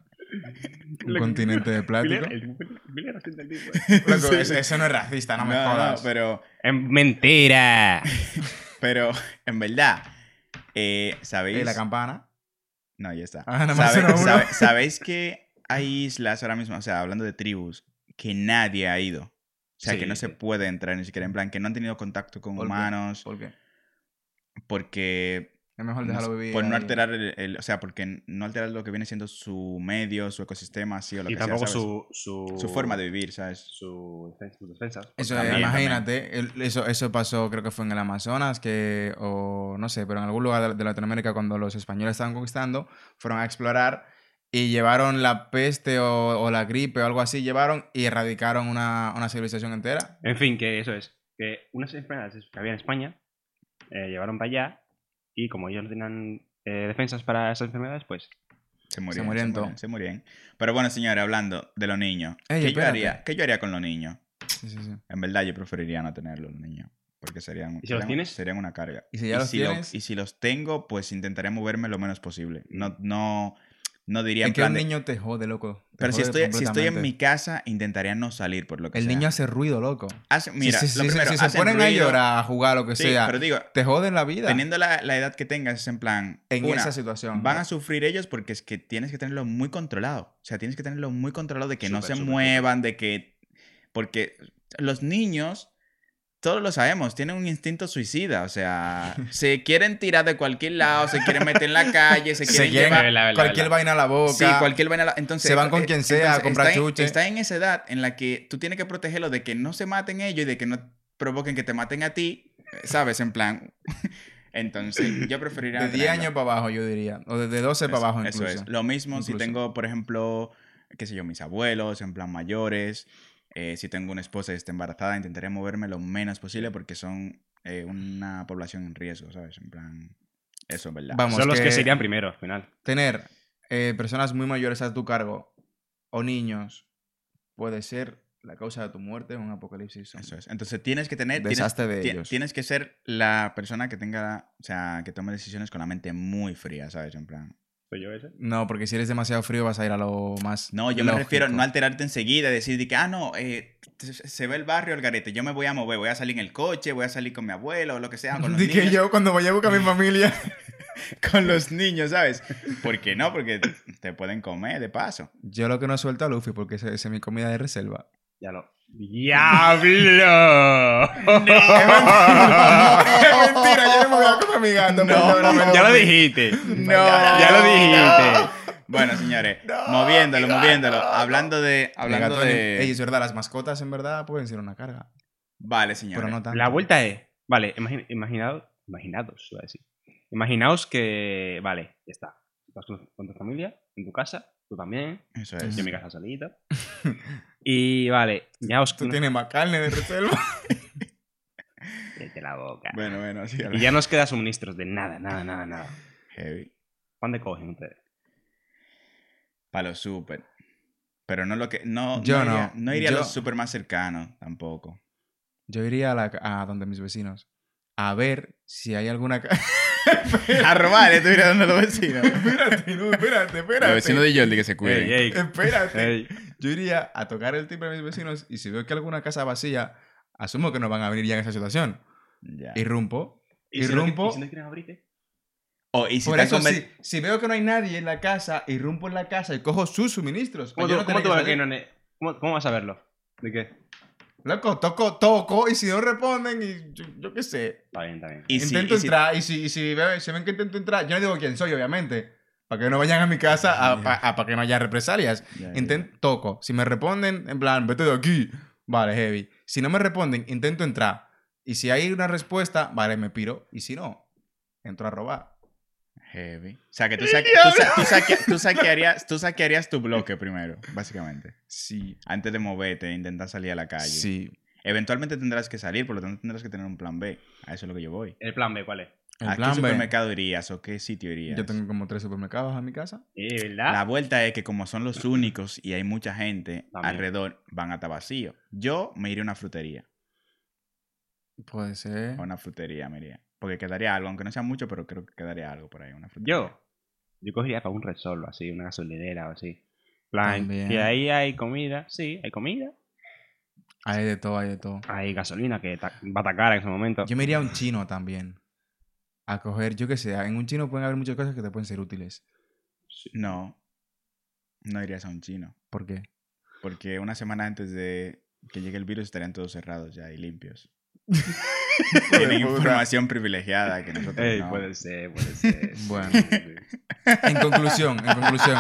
Un Lo que- continente de plástico. Mira, el- mira la cinta del tipo. Loco, eso, eso no es racista, no me No, no, jodas. pero Eh, Mentira. Pero, en verdad, eh, ¿Y ¿sabéis? la campana? No, ya está. Ah, nada más Sabe- era uno. sabe- ¿Sabéis que hay islas ahora mismo, o sea, hablando de tribus, que nadie ha ido? O sea, que Sí, no se sí. puede entrar ni siquiera, en plan, que no han tenido contacto con ¿Por qué? humanos, ¿Por qué? porque Es mejor no sé, dejarlo vivir. por no ahí. alterar el, el- o sea, porque no alterar lo que viene siendo su medio, su ecosistema, así o lo Y que sea, tampoco ¿sabes? su, su... Su forma de vivir, ¿sabes? Su defensa, sus defensas. pues, Eso, Porque eh, También, también. imagínate, el- eso, eso pasó, creo que fue en el Amazonas, que, o no sé, pero en algún lugar de, de Latinoamérica cuando los españoles estaban conquistando, fueron a explorar y llevaron la peste o, o la gripe o algo así, llevaron y erradicaron una, una civilización entera. En fin, que eso es. Que unas enfermedades que había en España eh, llevaron para allá y como ellos no tenían eh, defensas para esas enfermedades, pues Se murieron. murieron todo. Se murieron. Pero bueno, señores, hablando de los niños. Ey, ¿qué, yo espérate. haría, ¿Qué yo haría con los niños? Sí, sí, sí. En verdad, yo preferiría no tenerlos, los niños. Porque serían, ¿Y si los serían- tienes? serían una carga. ¿Y si ya los lo- tienes? y si los tengo, pues intentaré moverme lo menos posible. No, no, no diría en es que un plan de- niño te jode, loco. Te Pero si jode estoy, si estoy en completamente. mi casa, intentaría no salir por lo que El sea. niño hace ruido, loco. Hace- mira, si, si- lo si- primero, si se hacen ponen a ruido. llorar, a jugar, lo que Sí, sea, pero digo, te joden la vida teniendo la, la edad que tengas, es en plan. en una, esa situación. Van ¿no? a sufrir ellos porque es que tienes que tenerlo muy controlado. O sea, tienes que tenerlo muy controlado de que no Súper, se súper, súper. muevan, de que... Porque los niños, todos lo sabemos, tienen un instinto suicida. O sea, se quieren tirar de cualquier lado, se quieren meter en la calle, se Se quieren quieren- llevar... Vela, vela, cualquier vela. vaina a la boca. Sí, cualquier vaina. la- Entonces, Se van con eh, quien sea a comprar está en- chuche. Está en esa edad en la que tú tienes que protegerlo de que no se maten ellos y de que no provoquen que te maten a ti, eh, ¿sabes? En plan... Entonces, yo preferiría... De no 10 tenerlo. años para abajo, yo diría. O desde 12 para Eso- abajo eso incluso. es. Lo mismo si Incluso. tengo, por ejemplo, qué sé yo, mis abuelos, en plan mayores. eh, si tengo una esposa y está embarazada, intentaré moverme lo menos posible porque son eh, una población en riesgo, ¿sabes? En plan, eso es verdad. Vamos, Son los que- que se irían primero al final. Tener eh, personas muy mayores a tu cargo o niños puede ser la causa de tu muerte en un apocalipsis. zombie. Eso es. Entonces tienes que tener... tienes- Deshazte de ti- ellos. Tienes que ser la persona que tenga, o sea, que tome decisiones con la mente muy fría, ¿sabes? En plan. ¿Soy yo ese? No, porque si eres demasiado frío vas a ir a lo más. No, yo me lógico. refiero a no alterarte enseguida, decir de que, ah, no, eh, se se ve el barrio, el garete, yo me voy a mover, voy a salir en el coche, voy a salir con mi abuelo, o lo que sea, con los Di que niños". Eh. yo cuando vaya a buscar a mi familia. con los niños, ¿sabes? ¿Por qué no? Porque te pueden comer de paso. Yo lo que no suelto a Luffy porque esa esa es mi comida de reserva. Ya lo... ¡Diablo! es mentira, yo no me voy a comer mi gato. perdóname, ya lo Luffy. dijiste. No. Ya lo dijiste. Bueno, señores, No, moviéndolo, mi gato, moviéndolo, no. hablando El de... Hablando gato ni- Ey, de... es verdad, las mascotas en verdad pueden ser una carga. Vale, señores. Pero no tanto. La vuelta es... Vale, imagin- imaginaos... Imaginados, iba a decir. Imaginaos que... Vale, ya está. Estás con, con tu familia, en tu casa, tú también, Eso es. yo en mi casa solita. Y vale, ya os... Tú tienes más carne de reserva. Cállate la boca. Bueno, bueno, sí. Y ya nos queda suministros de nada, nada, nada, nada. Heavy. ¿Dónde cogen ustedes? Para los super. Pero no lo que... No, Yo no. no. Iría, no iría a Yo- los super más cercanos tampoco. Yo iría a, la, ca- a donde mis vecinos a ver si hay alguna. ca- A robar, estuviera dando a los vecinos. espérate, no, espérate, espérate. de Jordi que se Ey, ey, Espérate. ey. Yo iría a tocar el timbre de mis vecinos y si veo que alguna casa vacía, asumo que no van a venir ya en esa situación. Ya. Irrumpo. ¿Y si no- Irrumpo. y si no quieren abrirte? O, Oh, y si Por te eso, conven- si, si veo que no hay nadie en la casa, irrumpo en la casa y cojo sus suministros. ¿Cómo, Pues Yo tú- no cómo tengo que tú ves salir. que no ne- cómo- cómo vas a verlo? ¿De qué? Loco, toco, toco y si no responden y yo, yo qué sé. Está bien, está bien. y si- intento y si- entrar y si, y si veo- si ven que intento entrar, yo no digo quién soy, obviamente. Para que no vayan a mi casa, a- Ya. pa- a- para que no haya represalias. Ya, ya, ya. Intento, toco. Si me responden, en plan, vete de aquí. Vale, heavy. Si no me responden, intento entrar. Y si hay una respuesta, vale, me piro. Y si no, entro a robar. Heavy. O sea, que tú, saque- tú sa- tú saque- tú saquearías, tú saquearías tu bloque primero, básicamente. Sí. Antes de moverte, e intentar salir a la calle. Sí. Eventualmente tendrás que salir, por lo tanto tendrás que tener un plan B. A eso es lo que yo voy. ¿El plan B cuál es? En ¿A plan qué B, supermercado irías o qué sitio irías? Yo tengo como tres supermercados a mi casa. Eh, ¿verdad? La vuelta es que como son los únicos y hay mucha gente También. alrededor, van a estar vacíos. Yo me iría a una frutería. Puede ser. A una frutería me iría. Porque quedaría algo, aunque no sea mucho, pero creo que quedaría algo por ahí. Una frutería. Yo, yo cogería para un resort, así, una gasolinera o así. Plan, También. que ahí hay comida, sí, hay comida. Hay de todo, hay de todo. Hay gasolina que ta- va a atacar en ese momento. Yo me iría a un chino también. A coger, yo qué sé, en un chino pueden haber muchas cosas que te pueden ser útiles. No. No irías a un chino. ¿Por qué? Porque una semana antes de que llegue el virus estarían todos cerrados ya y limpios. Tienen información privilegiada que nosotros Ey, no. puede ser, puede ser. Bueno. Sí, sí. En conclusión, en conclusión.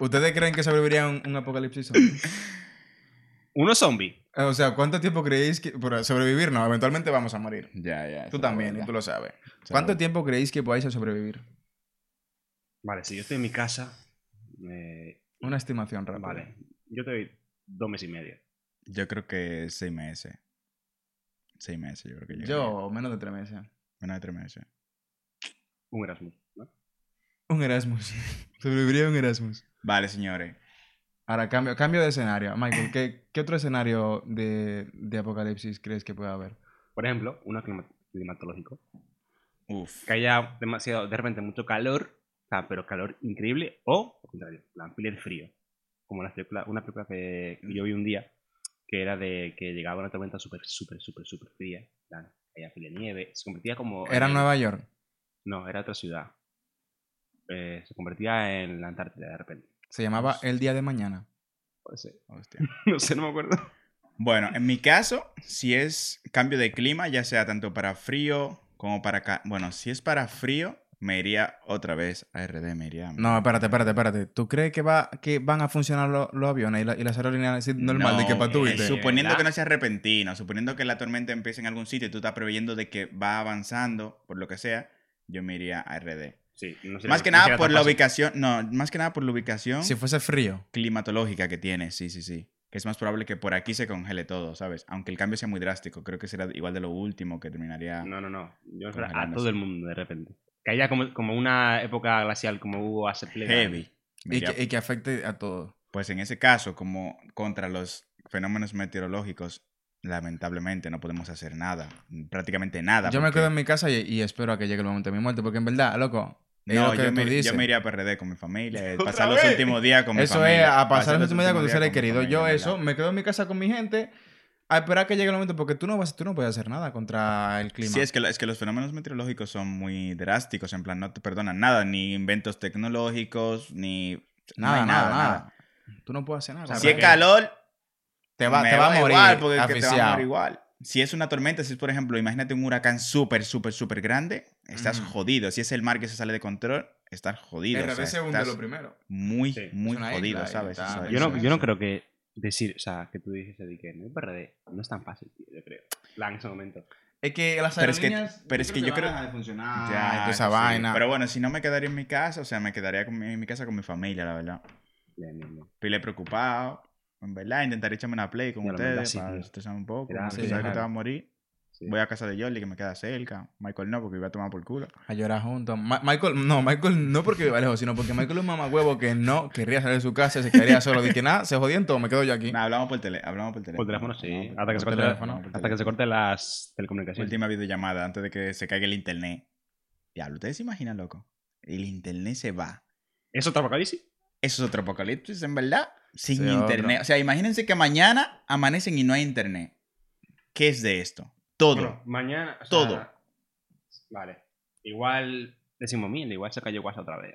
¿Ustedes creen que sobreviviría un, un apocalipsis zombie? Uno zombie. Eh, O sea, ¿cuánto tiempo creéis que... por sobrevivir no, eventualmente vamos a morir. Ya, ya. Tú también, y tú lo sabes. ¿Cuánto tiempo creéis que podáis sobrevivir? Vale, si yo estoy en mi casa, eh, Una estimación rápida. vale, yo te doy dos meses y medio. Yo creo que seis meses. Seis meses, yo creo que llegaría. Yo, menos de tres meses. Menos de tres meses. Un Erasmus, ¿no? Un Erasmus. Sobreviviría un Erasmus. Vale, señores. Ahora, cambio, cambio de escenario. Michael, ¿qué, qué otro escenario de, de apocalipsis crees que pueda haber? Por ejemplo, uno clima- climatológico. Uf. Que haya demasiado, de repente mucho calor, o sea, pero calor increíble, o al contrario, la pila del frío. Como las películas- una película que yo vi un día, que era de que llegaba una tormenta súper, súper, súper, súper fría. en plan, Había pila de nieve, se convertía como. Era en- Nueva York. No, era otra ciudad. Eh, se convertía en la Antártida de repente. Se llamaba El Día de Mañana. Puede ser. Hostia. No sé, no me acuerdo. Bueno, en mi caso, si es cambio de clima, ya sea tanto para frío como para... ca- Bueno, si es para frío, me iría otra vez a RD, me iría... a- No, espérate, espérate, espérate. ¿Tú crees que, va, que van a funcionar lo- los aviones y, la- y las aerolíneas así normal de que No, pa' tú, eh, viste? sup- Suponiendo ¿Verdad? que no sea repentino, suponiendo que la tormenta empiece en algún sitio y tú estás preveyendo de que va avanzando, por lo que sea, yo me iría a RD. Sí, no sé, Más no que sé nada qué por tan la fácil. ubicación, no, más que nada por la ubicación Si fuese frío. climatológica que tiene, sí, sí, sí. Que es más probable que por aquí se congele todo, ¿sabes? Aunque el cambio sea muy drástico, creo que será igual de lo último que terminaría... No, no, no. Yo me refiero a Congelándose. todo el mundo de repente. Que haya como, como una época glacial como hubo hace pila de años. heavy. Me Y iría que, eh, y que afecte a todo. Pues en ese caso, como contra los fenómenos meteorológicos, lamentablemente no podemos hacer nada, prácticamente nada. Yo me porque- quedo en mi casa y, y espero a que llegue el momento de mi muerte, porque en verdad, loco, es No, lo que yo tú me, yo dices. me iría a PRD con mi familia, eh, ¿Otra pasar los vez? últimos días con mi eso familia. es a pasar pasar los últimos días con tu últimos seres días con queridos. mi Yo familia, eso, ¿verdad? me quedo en mi casa con mi gente a esperar que llegue el momento, porque tú no vas, tú no puedes hacer nada contra el clima. Sí, es que, lo- es que los fenómenos meteorológicos son muy drásticos, en plan, no te perdonan nada, ni inventos tecnológicos, ni... no nada, hay nada, nada, Tú no puedes hacer nada. Si es ¿verdad? calor, te va, me te va a da morir. igual, porque es que te va a asfixiado. morir igual. Si es una tormenta, si es, por ejemplo, imagínate un huracán súper, súper, súper grande, estás Ujú. jodido. Si es el mar que se sale de control, estás jodido. o sea, RD se hunde estás lo primero. muy, Sí, es muy una jodido, isla y ¿sabes? está- Eso- Yo no, eso- yo no eso. creo que decir, o sea, que tú dices de que no hay PRD no es tan fácil, tío, yo creo. Plan, en ese momento. Es que las Pero es que- aerolíneas... pero es que yo creo- van a dejar de funcionar. Ya, y toda esa eso sí. vaina. Pero bueno, si no me quedaría en mi casa, o sea, me quedaría con mi- en mi casa con mi familia, la verdad. Bien, bien, bien. Pile preocupado, en verdad, intentaré echarme una play con Ya, la verdad, ustedes sí, para tío. estresarme un poco. Era- porque sí, sabes que claro. te vas a morir. Sí. Voy a casa de Jolly, que me queda cerca. Michael no, porque iba a tomar por culo. A llorar juntos. Ma- Michael, no, Michael no porque viva lejos, sino porque Michael es un mamagüevo que no querría salir de su casa, se quedaría solo. Dije, nada, se jodían todo, me quedo yo aquí. Nada, hablamos por, tele, hablamos por teléfono. Por teléfono, sí. Hablamos Hasta que, se por corte, teléfono, hasta por que se teléfono. corten las por- telecomunicaciones. Última videollamada antes de que se caiga el internet. Diablo, ¿ustedes se imaginan, loco? El internet se va. ¿Es otro apocalipsis? Eso es otro apocalipsis, en verdad. Sin Sí, otro. internet. O sea, imagínense que mañana amanecen y no hay internet. ¿Qué es de esto? Todo. Bueno, mañana. o sea, Todo. Vale. Igual decimos mil, igual se cayó WhatsApp otra vez.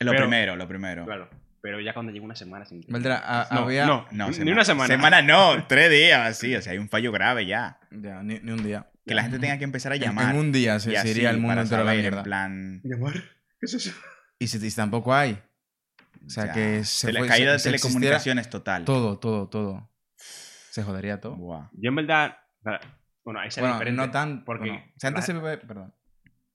lo pero- primero, lo primero. Claro. Pero ya cuando llega una semana sin. Valdrá, a- No, había... no, No, ni sema- una semana. Semana no, tres días, así. O sea, hay un fallo grave ya. Ya, ni, ni un día. Que la gente tenga que empezar a llamar. En un día se, y se así iría el mundo para entero a la saber, mierda. En plan, ¿Llamar? ¿Qué es eso? Y, si, y tampoco hay. O sea, ya, que se tele- fue- caída se- de se existiera telecomunicaciones total. Todo, todo, todo. Se jodería todo. Buah. Yo en verdad. Bueno, ahí se bueno, diferente. no tan... porque bueno, o sea, antes la- se vive... Perdón.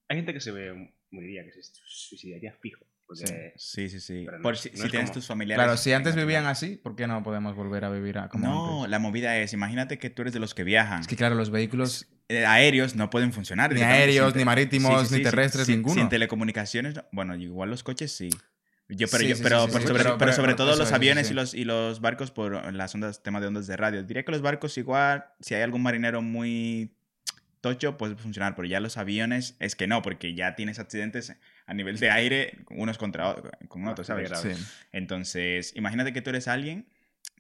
Hay gente que se ve moriría, que se suicidaría fijo. Porque Sí, sí, sí. Pero no- Por si, no si es tienes como- tus familiares. Claro, si antes en otro vivían lado. así, ¿por qué no podemos volver a vivir a, como No, antes? la movida es, imagínate que tú eres de los que viajan. Es que claro, los vehículos Eh, aéreos no pueden funcionar. ni directamente, aéreos, sin te- ni Sí, marítimos, sí, sí, ni sí, terrestres, sin, ninguno. Sin telecomunicaciones, no. bueno, igual los coches sí. Yo, pero, Sí, yo- sí, pero, sí, sí, pero sí, sobre, pero- pero pero- sobre todo eso, los eso, aviones sí. y, los, y los barcos por las ondas, tema de ondas de radio. Diría que los barcos igual, si hay algún marinero muy tocho, puede funcionar, pero ya los aviones es que no, porque ya tienes accidentes a nivel de aire unos contra o- con otros, Bastante ¿sabes? grave. Sí. Entonces, imagínate que tú eres alguien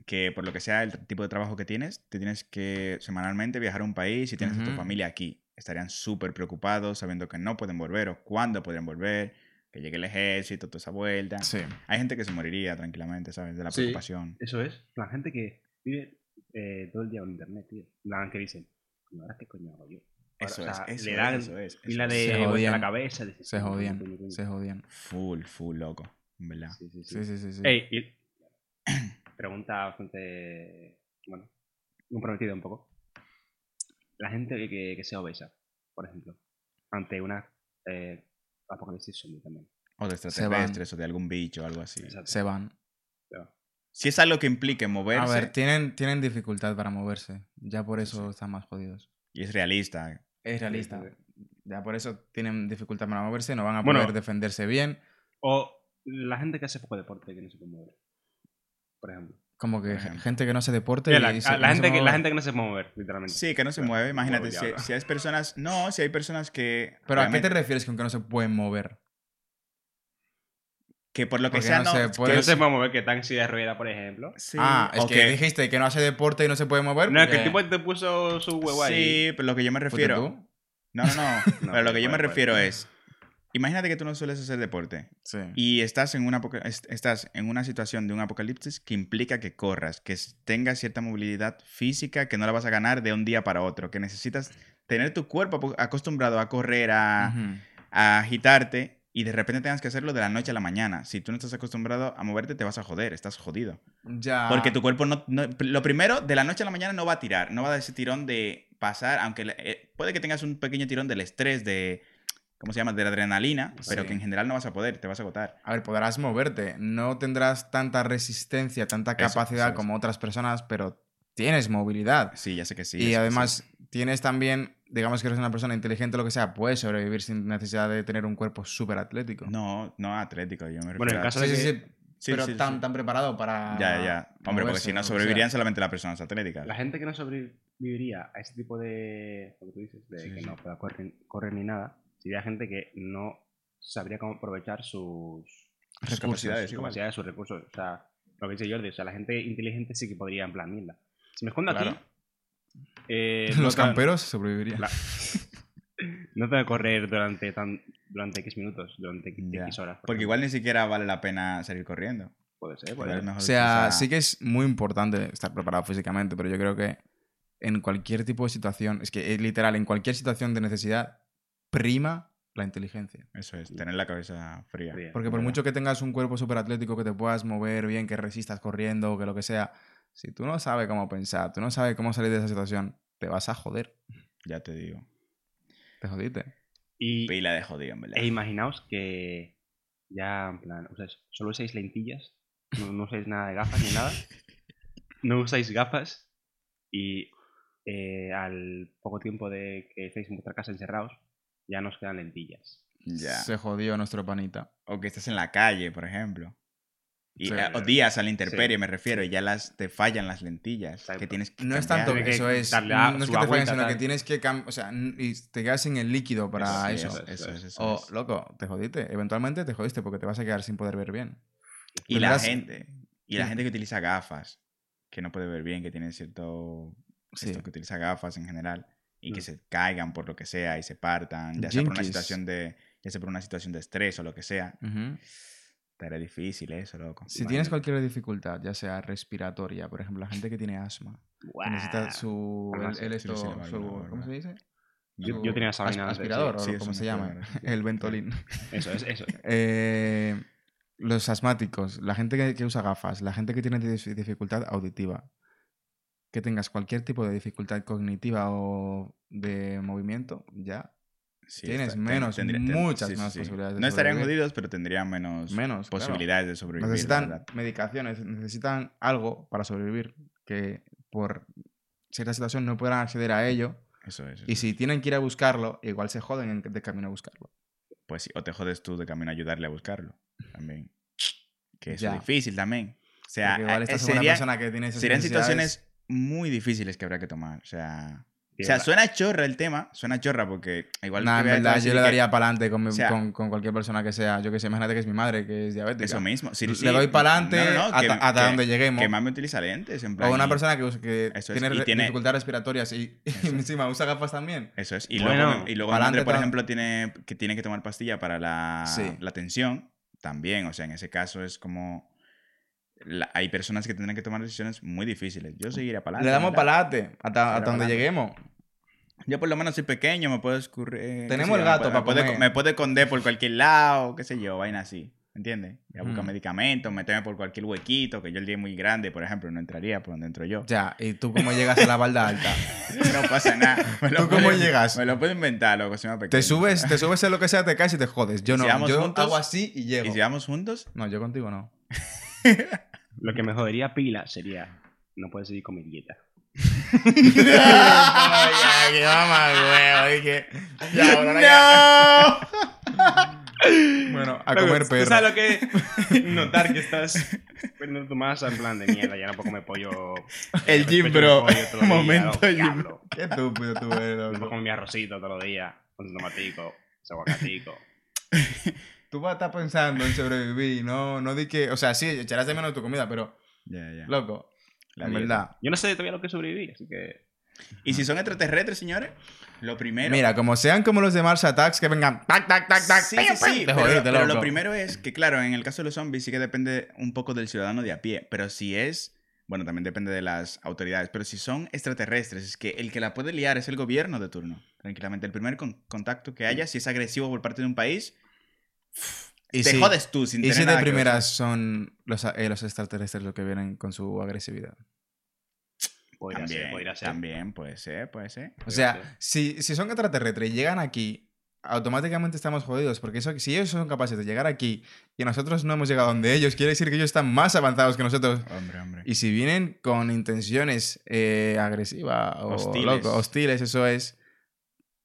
que por lo que sea el tipo de trabajo que tienes, te tienes que semanalmente viajar a un país y tienes a tu Ujú. familia aquí. Estarían súper preocupados sabiendo que no pueden volver o cuándo pueden volver, que llegue el ejército, toda esa vuelta. Sí. Hay gente que se moriría tranquilamente, ¿sabes? De la Sí. preocupación. Eso es. La gente que vive eh, todo el día en internet, tío. La que dicen, coño, ahora qué coño hago yo. Ahora, Eso o sea, es, eso le es, dan eso es. eso pila es. Se de vuelta a jodían. la cabeza. dices, Se coño, coño, jodían, coño, coño. se jodían. Full, full, loco. en ¿Verdad? Sí, sí, Sí, sí. sí, sí. sí. Ey, y- pregunta bastante, bueno, comprometida un poco. La gente que, que, que sea obesa, por ejemplo, ante una eh, apocalipsis zombie también. O de extraterrestres o de algún bicho o algo así. Exacto. Se van. Si es algo que implique moverse A ver, tienen, tienen dificultad para moverse. Ya por eso están más jodidos. y es realista. Es realista. Ya por eso tienen dificultad para moverse, no van a Bueno. poder defenderse bien. O la gente que hace poco deporte que no se puede mover, por ejemplo. Como que Por gen- ejemplo. gente que no hace deporte. Sí, y la, se- a- no la se gente que, mueve. la gente que no se puede mover, literalmente. Sí, que no se Claro, mueve. me Imagínate, muevo si, ya. si hay personas. No, si hay personas que. Pero ¿a qué te realmente- refieres con que no se pueden mover? Que por lo que Porque sea, no no. se que- Que puede- no se puede mover, que tan si de rueda, por ejemplo. sí, ah, es o que dijiste que no hace deporte y no se puede mover. No, es que el porque- tipo te puso su huevo ahí. Sí, pero lo que yo me ¿Fuiste refiero. tú? No, no, no. pero lo pero que yo me puede, refiero puede. es. Imagínate que tú no sueles hacer deporte Sí. y estás en, una, apoca- est- estás en una situación de un apocalipsis que implica que corras, que s- tengas cierta movilidad física que no la vas a ganar de un día para otro, que necesitas tener tu cuerpo apo- acostumbrado a correr, a, Ujú. a agitarte y de repente tengas que hacerlo de la noche a la mañana. Si tú no estás acostumbrado a moverte, te vas a joder, estás jodido. Ya. Porque tu cuerpo no, no- Lo primero, de la noche a la mañana no va a tirar, no va a dar ese tirón de pasar, aunque le- eh, puede que tengas un pequeño tirón del estrés, de. ¿Cómo se llama? De la adrenalina, pero Sí. que en general no vas a poder, te vas a agotar. A ver, podrás moverte. No tendrás tanta resistencia, tanta Eso, capacidad eso es. como otras personas, pero tienes movilidad. Sí, ya sé que sí. ya sé y que además tienes también, digamos que eres una persona inteligente, lo que sea, puedes sobrevivir sin necesidad de tener un cuerpo súper atlético. sí. No, no atlético, yo me refiero. Bueno, en a- caso Sí, de sí, que- sí, Sí, pero sí, sí. tan, tan ah, preparado para. Ya, ya. Hombre, porque si no, sobrevivirían solamente las personas atléticas. La gente que no sobreviviría a ese tipo de. Como tú dices, de Sí, que sí. no pueda correr, correr ni nada, sería gente que no sabría cómo aprovechar sus capacidades, Sus capacidades, sus, igual. capacidades, sus recursos. O sea, lo que dice Jordi, o sea, la gente inteligente sí que podría, en plan, mierda. Si me escondo Claro. aquí. eh, no Los tengo- camperos sobrevivirían. La- No tengo que correr durante, tan, durante X minutos, durante X, Ya. horas. por Porque ejemplo. igual ni siquiera vale la pena salir corriendo. Puede ser, puede Igual es ser. mejor O sea, quizá- sí que es muy importante estar preparado físicamente, pero yo creo que en cualquier tipo de situación, es que eh, literal, en cualquier situación de necesidad, prima la inteligencia. Eso es, tener la cabeza fría. Fría. Porque por ¿verdad? mucho que tengas un cuerpo súper atlético, que te puedas mover bien, que resistas corriendo, que lo que sea, si tú no sabes cómo pensar, tú no sabes cómo salir de esa situación, te vas a joder. Ya te digo. Te jodiste. Y, Pila de jodido, en verdad. E imaginaos que ya, en plan, usáis, solo usáis lentillas, no, no usáis nada de gafas ni nada, no usáis gafas y eh, al poco tiempo de que estéis en vuestra casa encerrados, ya nos quedan lentillas. Ya. Se jodió nuestro panita. O que estás en la calle, por ejemplo. Y, Sí. eh, o días a la intemperie, Sí. me refiero. y Ya las, te fallan las lentillas. Exacto. Que tienes que No es cambiar. tanto Tiene que eso, es. darle a No es su que te fallen, agüita, sino que tal. tienes que. cam- O sea, n- y te quedas sin el líquido para Sí, eso. Eso, eso, Eso es. eso, eso O, es. loco, te jodiste. Eventualmente te jodiste porque te vas a quedar sin poder ver bien. Y la Tendrás- gente. Y la Sí. gente que utiliza gafas. Que no puede ver bien, que tiene cierto. Sí. esto, que utiliza gafas en general. Y que Mm. se caigan por lo que sea y se partan. Ya sea por una Jinkies. situación de. Ya sea por una situación de estrés o lo que sea. Ujú. Estaría difícil eso, loco. Si tienes Imagínate. cualquier dificultad, ya sea respiratoria, por ejemplo, la gente que tiene asma, que necesita su. Ah, el- sí, el sí, esto- sí, la su- válvula, ¿Cómo se dice? Yo, Su yo tenía esa as- vaina antes, aspirador, sí. Sí, o como eso se me llama. acuerdo, sí, El ventolín. sí. Eso es, eso. Eh, los asmáticos, la gente que, que usa gafas, la gente que tiene dis- dificultad auditiva, que tengas cualquier tipo de dificultad cognitiva o de movimiento, ya Sí, Tienes ten- menos, ten- muchas más posibilidades de No estarían sobrevivir. jodidos, pero tendrían menos, menos. claro. posibilidades de sobrevivir. la Necesitan verdad. medicaciones, necesitan algo para sobrevivir, que por cierta situación no puedan acceder a ello. Eso es. Y eso si es. tienen que ir a buscarlo, igual se joden en- de camino a buscarlo. Pues sí, o te jodes tú de camino a ayudarle a buscarlo. También. Que eso Ya. es difícil también. O sea, Porque igual eh, estás con una serían, persona que tiene esas serían necesidades. situaciones muy difíciles que habrá que tomar. O sea, o Que sea la- suena chorra el tema. Suena chorra porque igual... Nah, te en voy a verdad, decir yo le que- daría para adelante con, mi- O sea- con, con cualquier persona que sea. Yo que sé, imagínate que es mi madre, que es diabética. Eso mismo. Sí, Le sí, doy para adelante no, no, no, que- hasta, hasta que- donde lleguemos. Que más me utiliza lentes. En plan, o una y- persona que, us- que Eso es, tiene, y re- tiene- dificultades respiratorias y, y encima usa gafas también. Eso es. Y Bueno, luego, y luego mi pa'lante madre, por tam- ejemplo, tiene que, tiene que tomar pastilla para la, Sí. la tensión también. O sea, en ese caso es como... la- hay personas que tendrán que tomar decisiones muy difíciles. Yo seguiré para Le damos para adelante hasta, Sí, hasta donde pa'lante. lleguemos. Yo por lo menos soy pequeño, me puedo escurrir. eh, qué Tenemos sé el yo, me gato puede- pa' me puede, comer. me puede esconder por cualquier lado, qué sé yo, vaina así. ¿Entiendes? Ya busca Mm. medicamentos, meterme por cualquier huequito, que yo el día es muy grande, por ejemplo, no entraría por donde entro yo. Ya, ¿y tú cómo llegas a la balda alta? No pasa nada. Me lo ¿Tú cómo puedo- llegas? Me lo puedo inventar, loco, si me pequeño. Te subes, te subes a lo que sea, te caes y te jodes. Yo ¿Y no, si vamos yo juntos? hago así y ¿Y llego. si vamos juntos? No, yo contigo no. Lo que me jodería pila sería no poder seguir con mi dieta. ya, que mamá, huevo, dije. Ya, bueno, ahora ya. ¡No! Bueno, a comer ¿Tú sabes perro. lo que es notar que estás perdiendo tu masa en plan de mierda? Ya no puedo comer pollo. eh, El gym, pecho de bro. pollo todos los días, Momento loco, gym. diablo. Qué estúpido tú eres, No puedo loco. comer mi arrocito todos los días con su tomatico, su aguacatico. Tú vas a estar pensando en sobrevivir, no, no di que. O sea, sí, echarás de menos tu comida, pero, Ya, ya. loco, La la en dieta. verdad. Yo no sé todavía lo que sobreviví, así que. Y si son extraterrestres, señores, lo primero. Mira, como sean como los de Mars Attacks, que vengan. Tac, tac, tac, tac. Sí, pim, sí, pim, sí, te pero, jodiste, pero lo loco. primero es que, claro, en el caso de los zombies sí que depende un poco del ciudadano de a pie, pero si es, bueno, también depende de las autoridades, pero si son extraterrestres, es que el que la puede liar es el gobierno de turno, tranquilamente. El primer con- contacto que haya, si es agresivo por parte de un país, Y te si- jodes tú sin Y tener si de nada que ver. primeras son los, eh, los extraterrestres los que vienen con su agresividad. Podría También, ser, podría ser. también, puede ser, puede ser. O Sí, sea, si, si son extraterrestres y llegan aquí, automáticamente estamos jodidos. Porque eso, si ellos son capaces de llegar aquí y nosotros no hemos llegado donde ellos, quiere decir que ellos están más avanzados que nosotros. Hombre, hombre. Y si vienen con intenciones eh, agresivas o Hostiles. loco, hostiles, eso es.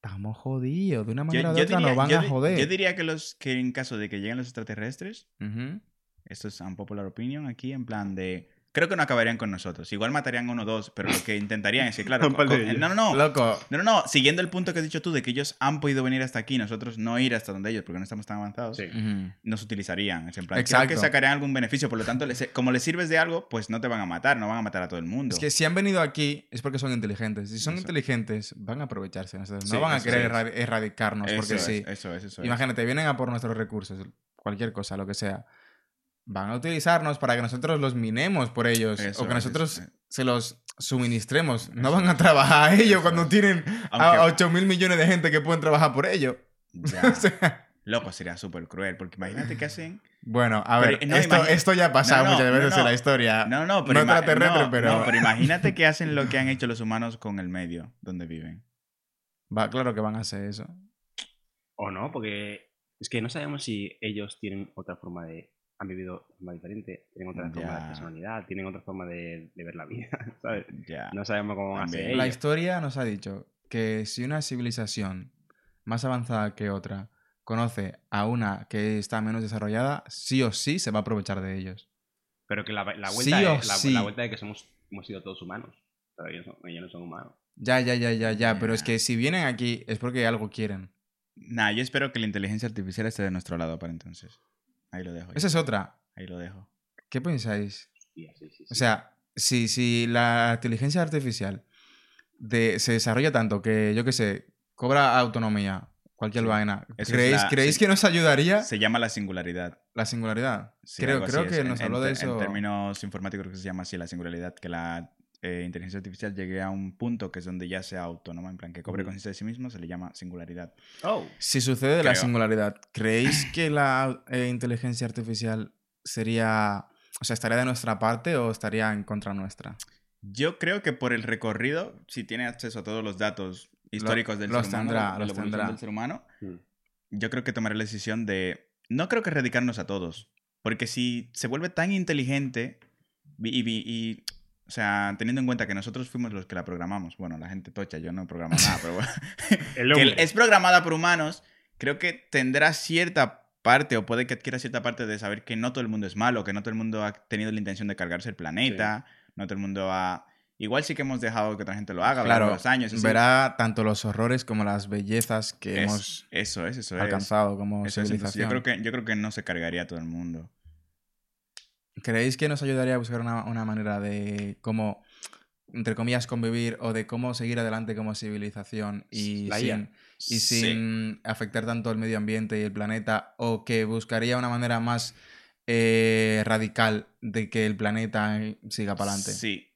Estamos jodidos. De una manera o de otra nos van yo a di- joder. yo diría que, los, que en caso de que lleguen los extraterrestres, Ujú. Esto es unpopular opinion aquí, en plan de. Creo que no acabarían con nosotros. Igual matarían a uno o dos, pero lo que intentarían es que, claro. Un par co- de co- ellos. no, no, no. No, Loco, no, no. Siguiendo el punto que has dicho tú de que ellos han podido venir hasta aquí, nosotros no ir hasta donde ellos, porque no estamos tan avanzados, Sí. ujú. nos utilizarían. Es en plan, creo Exacto. que sacarían algún beneficio. Por lo tanto, les- como les sirves de algo, pues no te van a matar, no van a matar a todo el mundo. Es que si han venido aquí es porque son inteligentes. Si son Eso. inteligentes, van a aprovecharse. de nosotros. Sí, no van a eso querer es. erra- erradicarnos eso porque es, sí. Eso es, eso es. Imagínate, vienen a por nuestros recursos, cualquier cosa, lo que sea. Van a utilizarnos para que nosotros los minemos por ellos Eso pues, o que es, nosotros eso es. se los suministremos. No Eso van a es. trabajar a ellos Eso cuando es. tienen a Aunque- 8 mil millones de gente que pueden trabajar por ellos. Ya. Loco, sería súper cruel, porque imagínate qué hacen. Bueno, a Pero, ver, no, esto, imagina- esto ya ha pasado no, muchas no, veces no. en la historia. No, no, pero, Ah, No ima- extraterrestre, no, pero- no, pero imagínate que hacen lo que han hecho los humanos con el medio donde viven. Va, claro que van a hacer eso. O no, porque es que no sabemos si ellos tienen otra forma de. Han vivido de forma diferente, tienen otra forma de Ya. personalidad, tienen otra forma de, de ver la vida, ¿sabes? Ya. No sabemos cómo van a También. ser La ellos. historia nos ha dicho que si una civilización más avanzada que otra conoce a una que está menos desarrollada, sí o sí se va a aprovechar de ellos. Pero que la, la Sí vuelta o es, la, sí. la vuelta es que somos, hemos sido todos humanos. Pero ellos, no, ellos no son humanos. Ya, ya, ya, ya, ya, pero es Ya. que si vienen aquí es porque algo quieren. Nah, yo espero que la inteligencia artificial esté de nuestro lado para entonces. Ahí lo dejo. ya. Esa es otra. Ahí lo dejo. ¿Qué pensáis? Sí, sí, sí, O sí. sea, si, si la inteligencia artificial de- se desarrolla tanto que, yo qué sé, cobra autonomía, cualquier Sí. vaina, Esa es ¿creéis, la- ¿creéis sí. que nos ayudaría Se llama la singularidad. la singularidad? Sí, creo algo así creo es. que En- nos en habló de te- En eso. términos informáticos creo que se llama así la singularidad, que la eh, inteligencia artificial llegue a un punto que es donde ya sea autónoma, en plan que cobre Ujú. conciencia de sí mismo, se le llama singularidad. Oh, Si sucede la Creo. singularidad, ¿creéis que la eh, inteligencia artificial sería, o sea, estaría de nuestra parte o estaría en contra nuestra? Yo creo que por el recorrido, si tiene acceso a todos los datos históricos del, los ser humano, tendrá, de la los evolución tendrá. del ser humano, Mm. yo creo que tomaré la decisión de. No creo que erradicarnos a todos. Porque si se vuelve tan inteligente y, y- y- O sea, teniendo en cuenta que nosotros fuimos los que la programamos. Bueno, la gente tocha, yo no programo nada, pero bueno. el que hombre. es programada por humanos, creo que tendrá cierta parte o puede que adquiera cierta parte de saber que no todo el mundo es malo, que no todo el mundo ha tenido la intención de cargarse el planeta, no todo el mundo ha... Igual sí que hemos dejado que otra gente lo haga, a lo largo de los años. eso sí. verá tanto los horrores como las bellezas que Es- hemos eso es, eso es. alcanzado como Eso es, entonces, civilización. yo, creo que, yo creo que no se cargaría a todo el mundo. ¿Creéis que nos ayudaría a buscar una, una manera de cómo, entre comillas, convivir o de cómo seguir adelante como civilización y La IA. sin, y sin afectar tanto el medio ambiente y el planeta, o que buscaría una manera más eh, radical de que el planeta eh, siga para adelante. Sí.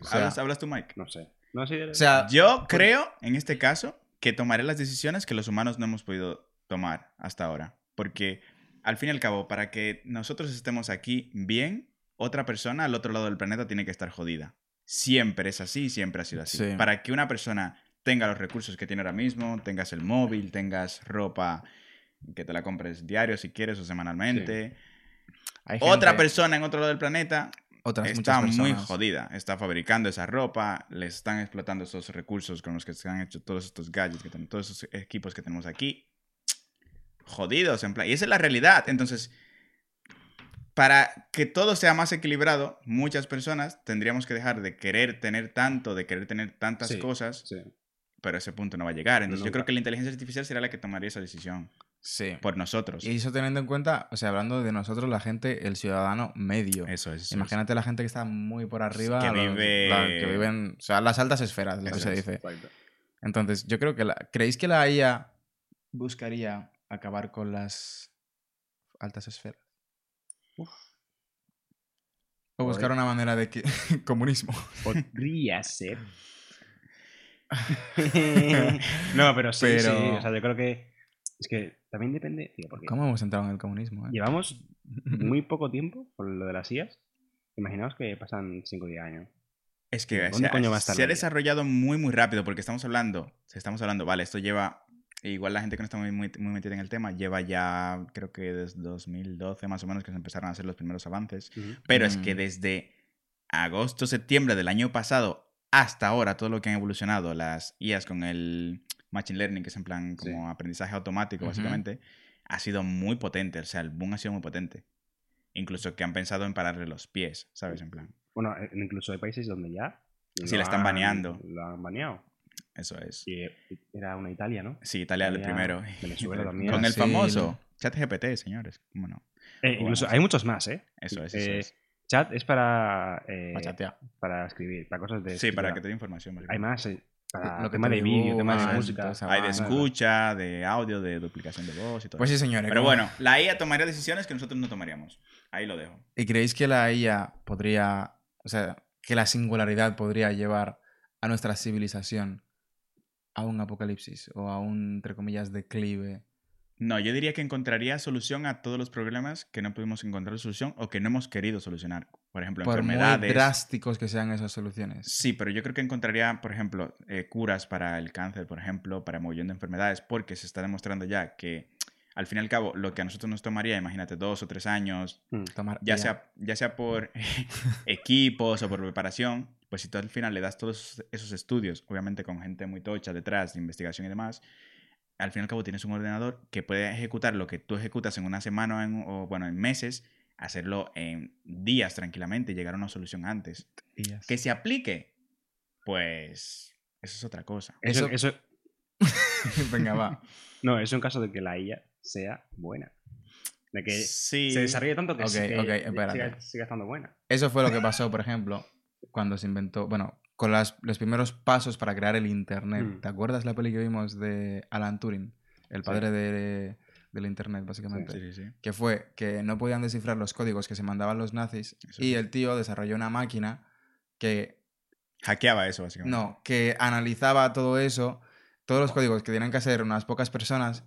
O sea, ah, ¿Hablas, hablas tú, Mike? No sé. No, sí, de- O sea, Yo creo, en este caso, que tomaré las decisiones que los humanos no hemos podido tomar hasta ahora. Porque, al fin y al cabo, para que nosotros estemos aquí bien, otra persona al otro lado del planeta tiene que estar jodida. Siempre es así, siempre ha sido así. Sí. Para que una persona tenga los recursos que tiene ahora mismo, tengas el móvil, tengas ropa que te la compres diario si quieres o semanalmente. hay Otra gente- persona en otro lado del planeta otras muchas está muy personas. jodida. Está fabricando esa ropa, le están explotando esos recursos con los que se han hecho todos estos gadgets, que tenemos, todos esos equipos que tenemos aquí. Jodidos, en plan. Y esa es la realidad. Entonces, para que todo sea más equilibrado, muchas personas tendríamos que dejar de querer tener tanto, de querer tener tantas Sí. cosas, Sí. pero ese punto no va a llegar. Entonces, yo Nunca. creo que la inteligencia artificial será la que tomaría esa decisión Sí. por nosotros. Y eso teniendo en cuenta, o sea, hablando de nosotros, la gente, el ciudadano medio. Eso es. eso Imagínate la gente que está muy por arriba. Que los- vive- la- que viven, o sea, las altas esferas, lo que Eso se es. dice. Exacto. Entonces, yo creo que la... ¿Creéis que la IA buscaría acabar con las altas esferas? O buscar una manera de que... comunismo. Podría ser. no, pero sí, Pero- sí. O sea, yo creo que. Es que también depende. tío, porque ¿Cómo hemos entrado en el comunismo? eh? Llevamos muy poco tiempo con lo de las IAS. Imaginaos que pasan 5 o 10 años. Es que ¿Dónde se, ha- coño va a estar se ha la IA? desarrollado muy, muy rápido porque estamos hablando, si estamos hablando, vale, esto lleva, igual la gente que no está muy, muy, muy metida en el tema, lleva ya, creo que desde 2012 más o menos que se empezaron a hacer los primeros avances, pero es que Mm. desde agosto, septiembre del año pasado hasta ahora, todo lo que han evolucionado las IAs con el Machine Learning, que es en plan como aprendizaje automático Ujú. básicamente, ha sido muy potente, o sea, el boom ha sido muy potente. Incluso que han pensado en pararle los pies, ¿sabes? En plan, Bueno, eh, incluso hay países donde ya. Sí, lo la están han- baneando. Lo han baneado. eso es. Y, eh, era una Italia, ¿no? Sí, Italia el Italia, primero. Venezuela Con también. el Brasil. famoso ChatGPT, señores. ¿Cómo no? Eh, incluso hay muchos más, ¿eh? Eso es, eso Eh, es. Chat es para. eh, Para chatear. para escribir, para cosas de. Sí, para escritura. que te dé información. Este, Hay básicamente. más. eh, para Lo que tema te de vídeo, tema de dibujan, música. toda esa Hay de Ah, claro. escucha, de audio, de duplicación de voz y todo. Pues eso. sí, señores. Pero ¿cómo- bueno, la IA tomaría decisiones que nosotros no tomaríamos. Ahí lo dejo. ¿Y creéis que la IA podría, o sea, que la singularidad podría llevar a nuestra civilización a un apocalipsis o a un, entre comillas, declive? No, yo diría que encontraría solución a todos los problemas que no pudimos encontrar solución o que no hemos querido solucionar. Por ejemplo, Por muy enfermedades. drásticos que sean esas soluciones. Sí, pero yo creo que encontraría, por ejemplo, eh, curas para el cáncer, por ejemplo, para mogollón de enfermedades, porque se está demostrando ya que, al fin y al cabo, lo que a nosotros nos tomaría, imagínate, dos o tres años, Mm. Tomar ya, IA. Sea, ya sea por equipos o por preparación, pues si tú al final le das todos esos estudios, obviamente con gente muy tocha detrás, de investigación y demás, al fin y al cabo tienes un ordenador que puede ejecutar lo que tú ejecutas en una semana o, en- o, bueno, en meses, hacerlo en días tranquilamente y llegar a una solución antes IAs. que se aplique, pues eso es otra cosa. Eso, Eso- eso- Venga, va. no, eso en caso de que la IA sea buena. De que sí. se desarrolle tanto que, Ok, sí que ok, espérate. siga, siga estando buena. Eso fue lo que pasó, por ejemplo, cuando se inventó, bueno, con las- los primeros pasos para crear el Internet. Mm. ¿Te acuerdas la peli que vimos de Alan Turing? El padre de- del Internet, básicamente. Sí, sí, sí. que fue que no podían descifrar los códigos que se mandaban los nazis Eso y es. el tío desarrolló una máquina que Hackeaba eso, básicamente. no, que analizaba todo eso, todos los códigos que tenían que hacer unas pocas personas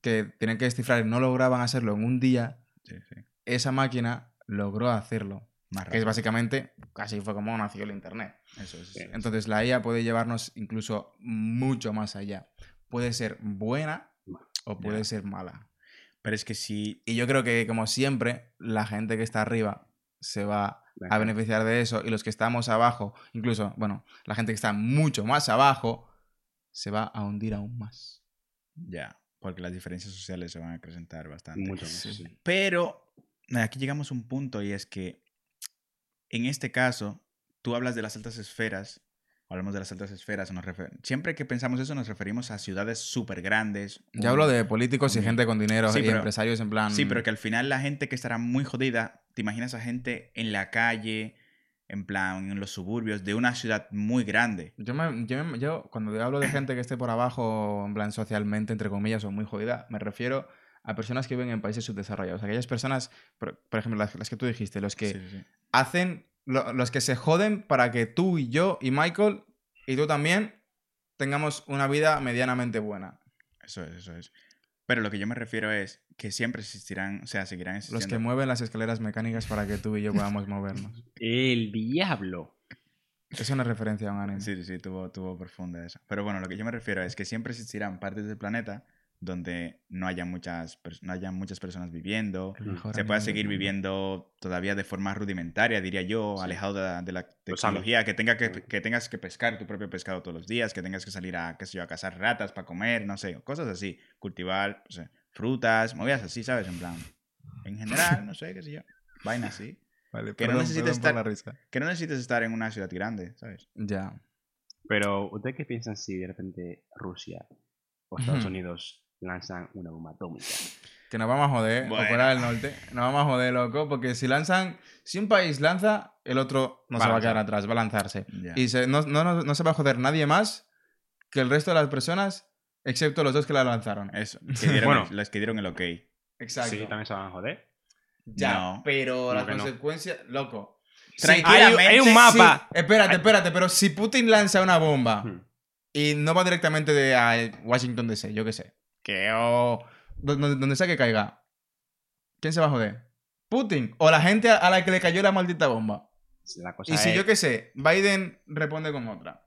que tenían que descifrar y no lograban hacerlo en un día, Sí, sí. esa máquina logró hacerlo, Más que es rápido. básicamente casi fue como nació el internet. Eso es, eso es. Entonces la IA puede llevarnos incluso mucho más allá. Puede ser buena o puede Ya. ser mala. Pero es que sí. Y yo creo que, como siempre, la gente que está arriba se va a Ajá. beneficiar de eso y los que estamos abajo, incluso, bueno, la gente que está mucho más abajo, se va a hundir aún más. Ya. Porque las diferencias sociales se van a acrecentar bastante. Mucho más. Sí. sí. Pero aquí llegamos a un punto y es que en este caso, tú hablas de las altas esferas, hablamos de las altas esferas, nos refer- siempre que pensamos eso nos referimos a ciudades súper grandes. Yo hablo de políticos y un- gente con dinero Sí, y pero- empresarios en plan... Sí, pero que al final la gente que estará muy jodida, te imaginas a gente en la calle, en plan, en los suburbios de una ciudad muy grande. Yo, me- yo me- yo, cuando hablo de gente que esté por abajo, en plan socialmente, entre comillas, o muy jodida, me refiero a personas que viven en países subdesarrollados. Aquellas personas, por, por ejemplo, las, las que tú dijiste, los que Sí, sí, sí. hacen lo- los que se joden para que tú y yo y Michael y tú también tengamos una vida medianamente buena. Eso es, eso es. Pero lo que yo me refiero es que siempre existirán, o sea, seguirán Los que existiendo. mueven las escaleras mecánicas para que tú y yo podamos movernos. El diablo. Es una referencia a un anime. Sí, sí, sí, tuvo, tuvo profunda esa. Pero bueno, lo que yo me refiero es que siempre existirán partes del planeta donde no haya muchas, pers- no haya muchas personas viviendo, El mejor se anime pueda del seguir mundo. viviendo todavía de forma rudimentaria, diría yo, Sí. alejado de la, de la Los tecnología, que, tenga que, Sí. que tengas que pescar tu propio pescado todos los días, que tengas que salir a, qué sé yo, a cazar ratas para comer, no sé, cosas así, cultivar o sea, frutas, movidas así, ¿sabes? En plan, en general, no sé, qué sé yo, vaina así. Vale, que no perdón, necesites perdón por la estar- risa. Que no necesites estar en una ciudad grande, ¿sabes? Ya. Mm. Pero, ¿ustedes qué piensan si de repente Rusia o Estados Ujú. Unidos lanzan una bomba atómica? Que nos vamos a joder, o Bueno. Corea del Norte. Nos vamos a joder, loco, porque si lanzan, si un país lanza, el otro no Va a se va a lanzar. quedar atrás, va a lanzarse. Ya. Y se- no, no, no- no se va a joder nadie más que el resto de las personas, excepto los dos que la lanzaron. Eso, que dieron Bueno. el- los que dieron el ok. Exacto. Sí, también se van a joder. Ya, No. pero ¿Cómo las que no? consecuencias, loco. Sí, Tranquila, Hay- hay un sí, mapa. espérate, espérate, pero si Putin lanza una bomba Hmm. y no va directamente de a Washington DC, yo qué sé. Que o do- do- donde sea que caiga. ¿Quién se va a joder? Putin o la gente a- a la que le cayó la maldita bomba. La cosa Y si eh, es- yo qué sé, Biden responde con otra.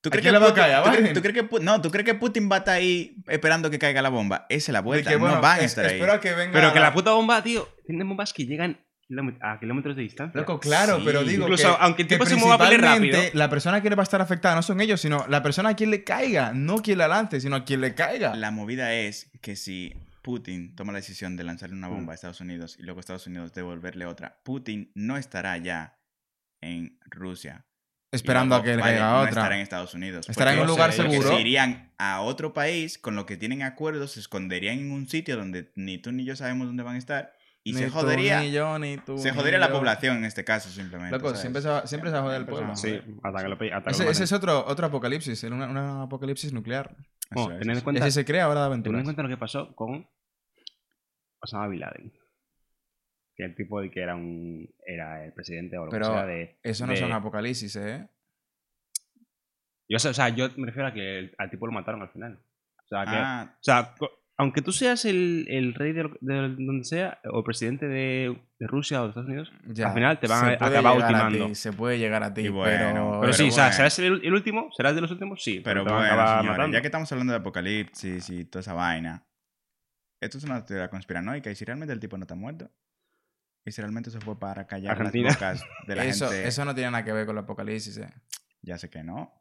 ¿Tú ¿A quién le va a caer, a tú crees- Biden? tú crees que Pu- no, tú crees que Putin va a estar ahí esperando que caiga la bomba? Esa es la De vuelta, que, bueno, no van a es- estar ahí. espero a que venga. Pero que la puta bomba, tío, tienen bombas que llegan kilómet- a kilómetros de distancia. Loco, claro, Sí. pero digo Incluso que, aunque el que tipo se mueva pele principalmente rápido. la persona que le va a estar afectada no son ellos, sino la persona a quien le caiga, no quien la lance, sino a quien le caiga. La movida es que si Putin toma la decisión de lanzarle una Mm. bomba a Estados Unidos y luego Estados Unidos devolverle otra, Putin no estará ya en Rusia. Y esperando a luego que le Biden caiga no otra. estará en Estados Unidos. Estará en porque un lugar sé, yo que seguro. se irían a otro país con lo que tienen acuerdos, se esconderían en un sitio donde ni tú ni yo sabemos dónde van a estar y Ni se tú, jodería, ni yo, ni tú, se ni jodería la yo. población en este caso simplemente. Loco, ¿sabes? siempre se va- siempre se va a joder el pueblo. se Sí, va a joder. hasta que lo pe- hasta que lo Pues Ese, ese es maten. otro, otro apocalipsis, un una apocalipsis nuclear. Eso Bueno, es, tened en eso cuenta, Ese se crea ahora de tened en aventuras. cuenta lo que pasó con Osama Bin Laden. Que el tipo de que era un era el presidente o lo Pero que sea de. Eso no de- son apocalipsis, ¿eh? Yo sé, o sea, yo me refiero a que el- al tipo lo mataron al final. O sea, es. que, Ah, o sea co- aunque tú seas el, el rey de, lo- de donde sea, o presidente de, de Rusia o de Estados Unidos, Ya, Al final te van se a puede acabar llegar a ultimando. ti, se puede llegar a ti, Y bueno, pero... Pero, Pero sí, o sea, bueno. ¿serás el, el último? ¿Serás de los últimos? Sí. Pero te van a bueno, acabar señores, matando. ya que estamos hablando de apocalipsis y toda esa vaina, esto es una teoría conspiranoica. ¿Y si realmente el tipo no está muerto? ¿Y si realmente se fue para callar Argentina. las bocas de la eso, gente? eso no tiene nada que ver con el apocalipsis, ¿eh? Ya sé que no.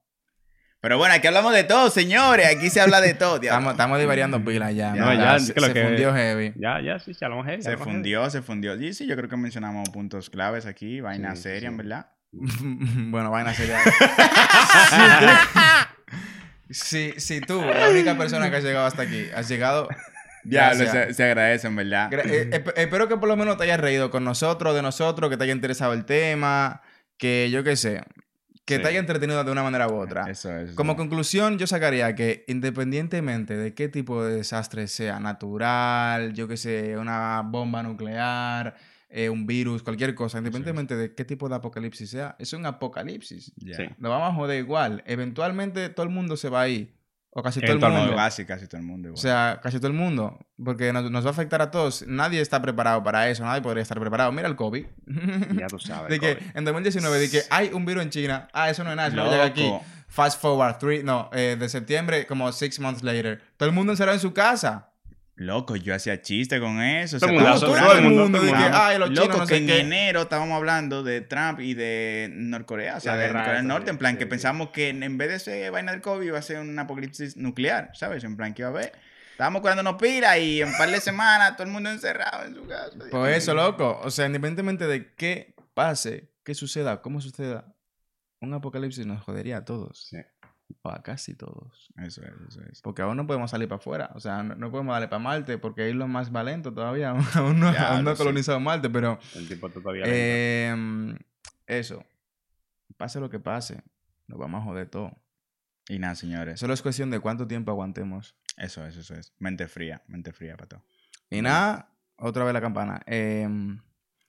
Pero bueno, aquí hablamos de todo, señores. Aquí se habla de todo. diablo. Estamos, estamos Mm. divariando pilas ya. No, ¿verdad? ya, se, creo se que- fundió heavy. Ya, ya, sí, sí, hablamos heavy, se hablamos heavy. fundió, se fundió. Y sí, yo creo que mencionamos puntos claves aquí, vaina Sí, seria, sí. en verdad. bueno, vaina seria. si, si tú, la única persona que has llegado hasta aquí, has llegado. Diablo, gracias. se, se agradece, en verdad. Gra- eh, esp- espero que por lo menos te hayas reído con nosotros, de nosotros, que te haya interesado el tema, que yo qué sé, que Sí. Eh, te haya entretenido de una manera u otra. Eso es. Como conclusión, yo sacaría que independientemente de qué tipo de desastre sea, natural, yo qué sé, una bomba nuclear, eh, un virus, cualquier cosa, independientemente de qué tipo de apocalipsis sea, es un apocalipsis. Ya. Sí. Lo vamos a joder igual. Eventualmente todo el mundo se va ahí. O casi todo el Eventualmente. mundo. Todo casi, casi todo el O mundo. igual. sea, casi todo el mundo. Porque nos, nos va a afectar a todos. Nadie está preparado para eso. Nadie podría estar preparado. Mira el COVID. Ya tú sabes. de que Kobe. en 2019 de que hay un virus en China. Ah, eso no es nada. Eso no Loco. llega aquí. Fast forward, three, no, eh, de septiembre, como six months later. Todo el mundo encerrado en su casa. Loco, yo hacía chiste con eso. Todo o el sea, mundo, estamos todo hablando- el mundo, todo el de que, mundo. ay, los Loco, chinos no que sé en qué. enero estábamos hablando de Trump y de Norcorea, o sea, La de guerra Corea del esa, Norte, en sí, plan sí, que sí. pensamos que en en vez de ser vaina del COVID iba a ser un apocalipsis nuclear, ¿sabes? En plan que iba a haber. Estábamos curándonos pila y en par de semanas todo el mundo encerrado en su casa. Dios Pues eso, mío. loco. O sea, independientemente de qué pase, qué suceda, cómo suceda, un apocalipsis nos jodería a todos. Sí. O a casi todos. Eso es, eso es. Porque aún no podemos salir para afuera. O sea, no, no podemos darle para Marte porque ahí lo más va lento todavía. Aún no, Ya, aún no lo ha sé. colonizado Marte, pero... El tipo todavía. lento. eh, eso. Pase lo que pase, nos vamos a joder todo. Y nada, señores. Solo es cuestión de cuánto tiempo aguantemos. Eso es, eso es. Mente fría, mente fría, pato. Y nada, otra vez la campana. Em,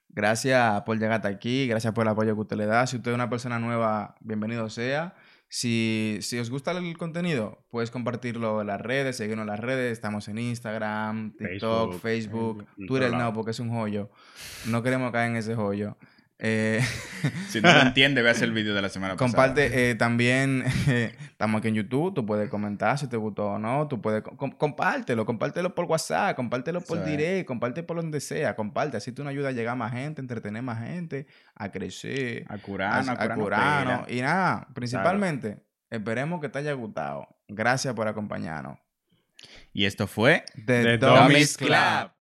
gracias por llegar hasta aquí, gracias por el apoyo que usted le da. Si usted es una persona nueva, bienvenido sea. Si, si os gusta el contenido, puedes compartirlo en las redes, seguirnos en las redes. Estamos en Instagram, TikTok, Facebook, Facebook, en Twitter todo no, lado. porque es un joyo. No queremos caer en ese joyo. Eh, Si no lo entiende, veas el vídeo de la semana pasada. comparte eh, también, eh, estamos aquí en YouTube, tú puedes comentar si te gustó o no, tú puedes, com- compártelo, compártelo por WhatsApp, compártelo por Eso es. direct, comparte por donde sea, comparte, así tú nos ayudas a llegar a más gente, a entretener más gente, a crecer. A Curano, a- a Curano. a Curano. Pera. Y nada, principalmente, esperemos que te haya gustado. Gracias por acompañarnos. Y esto fue The Dummies Club.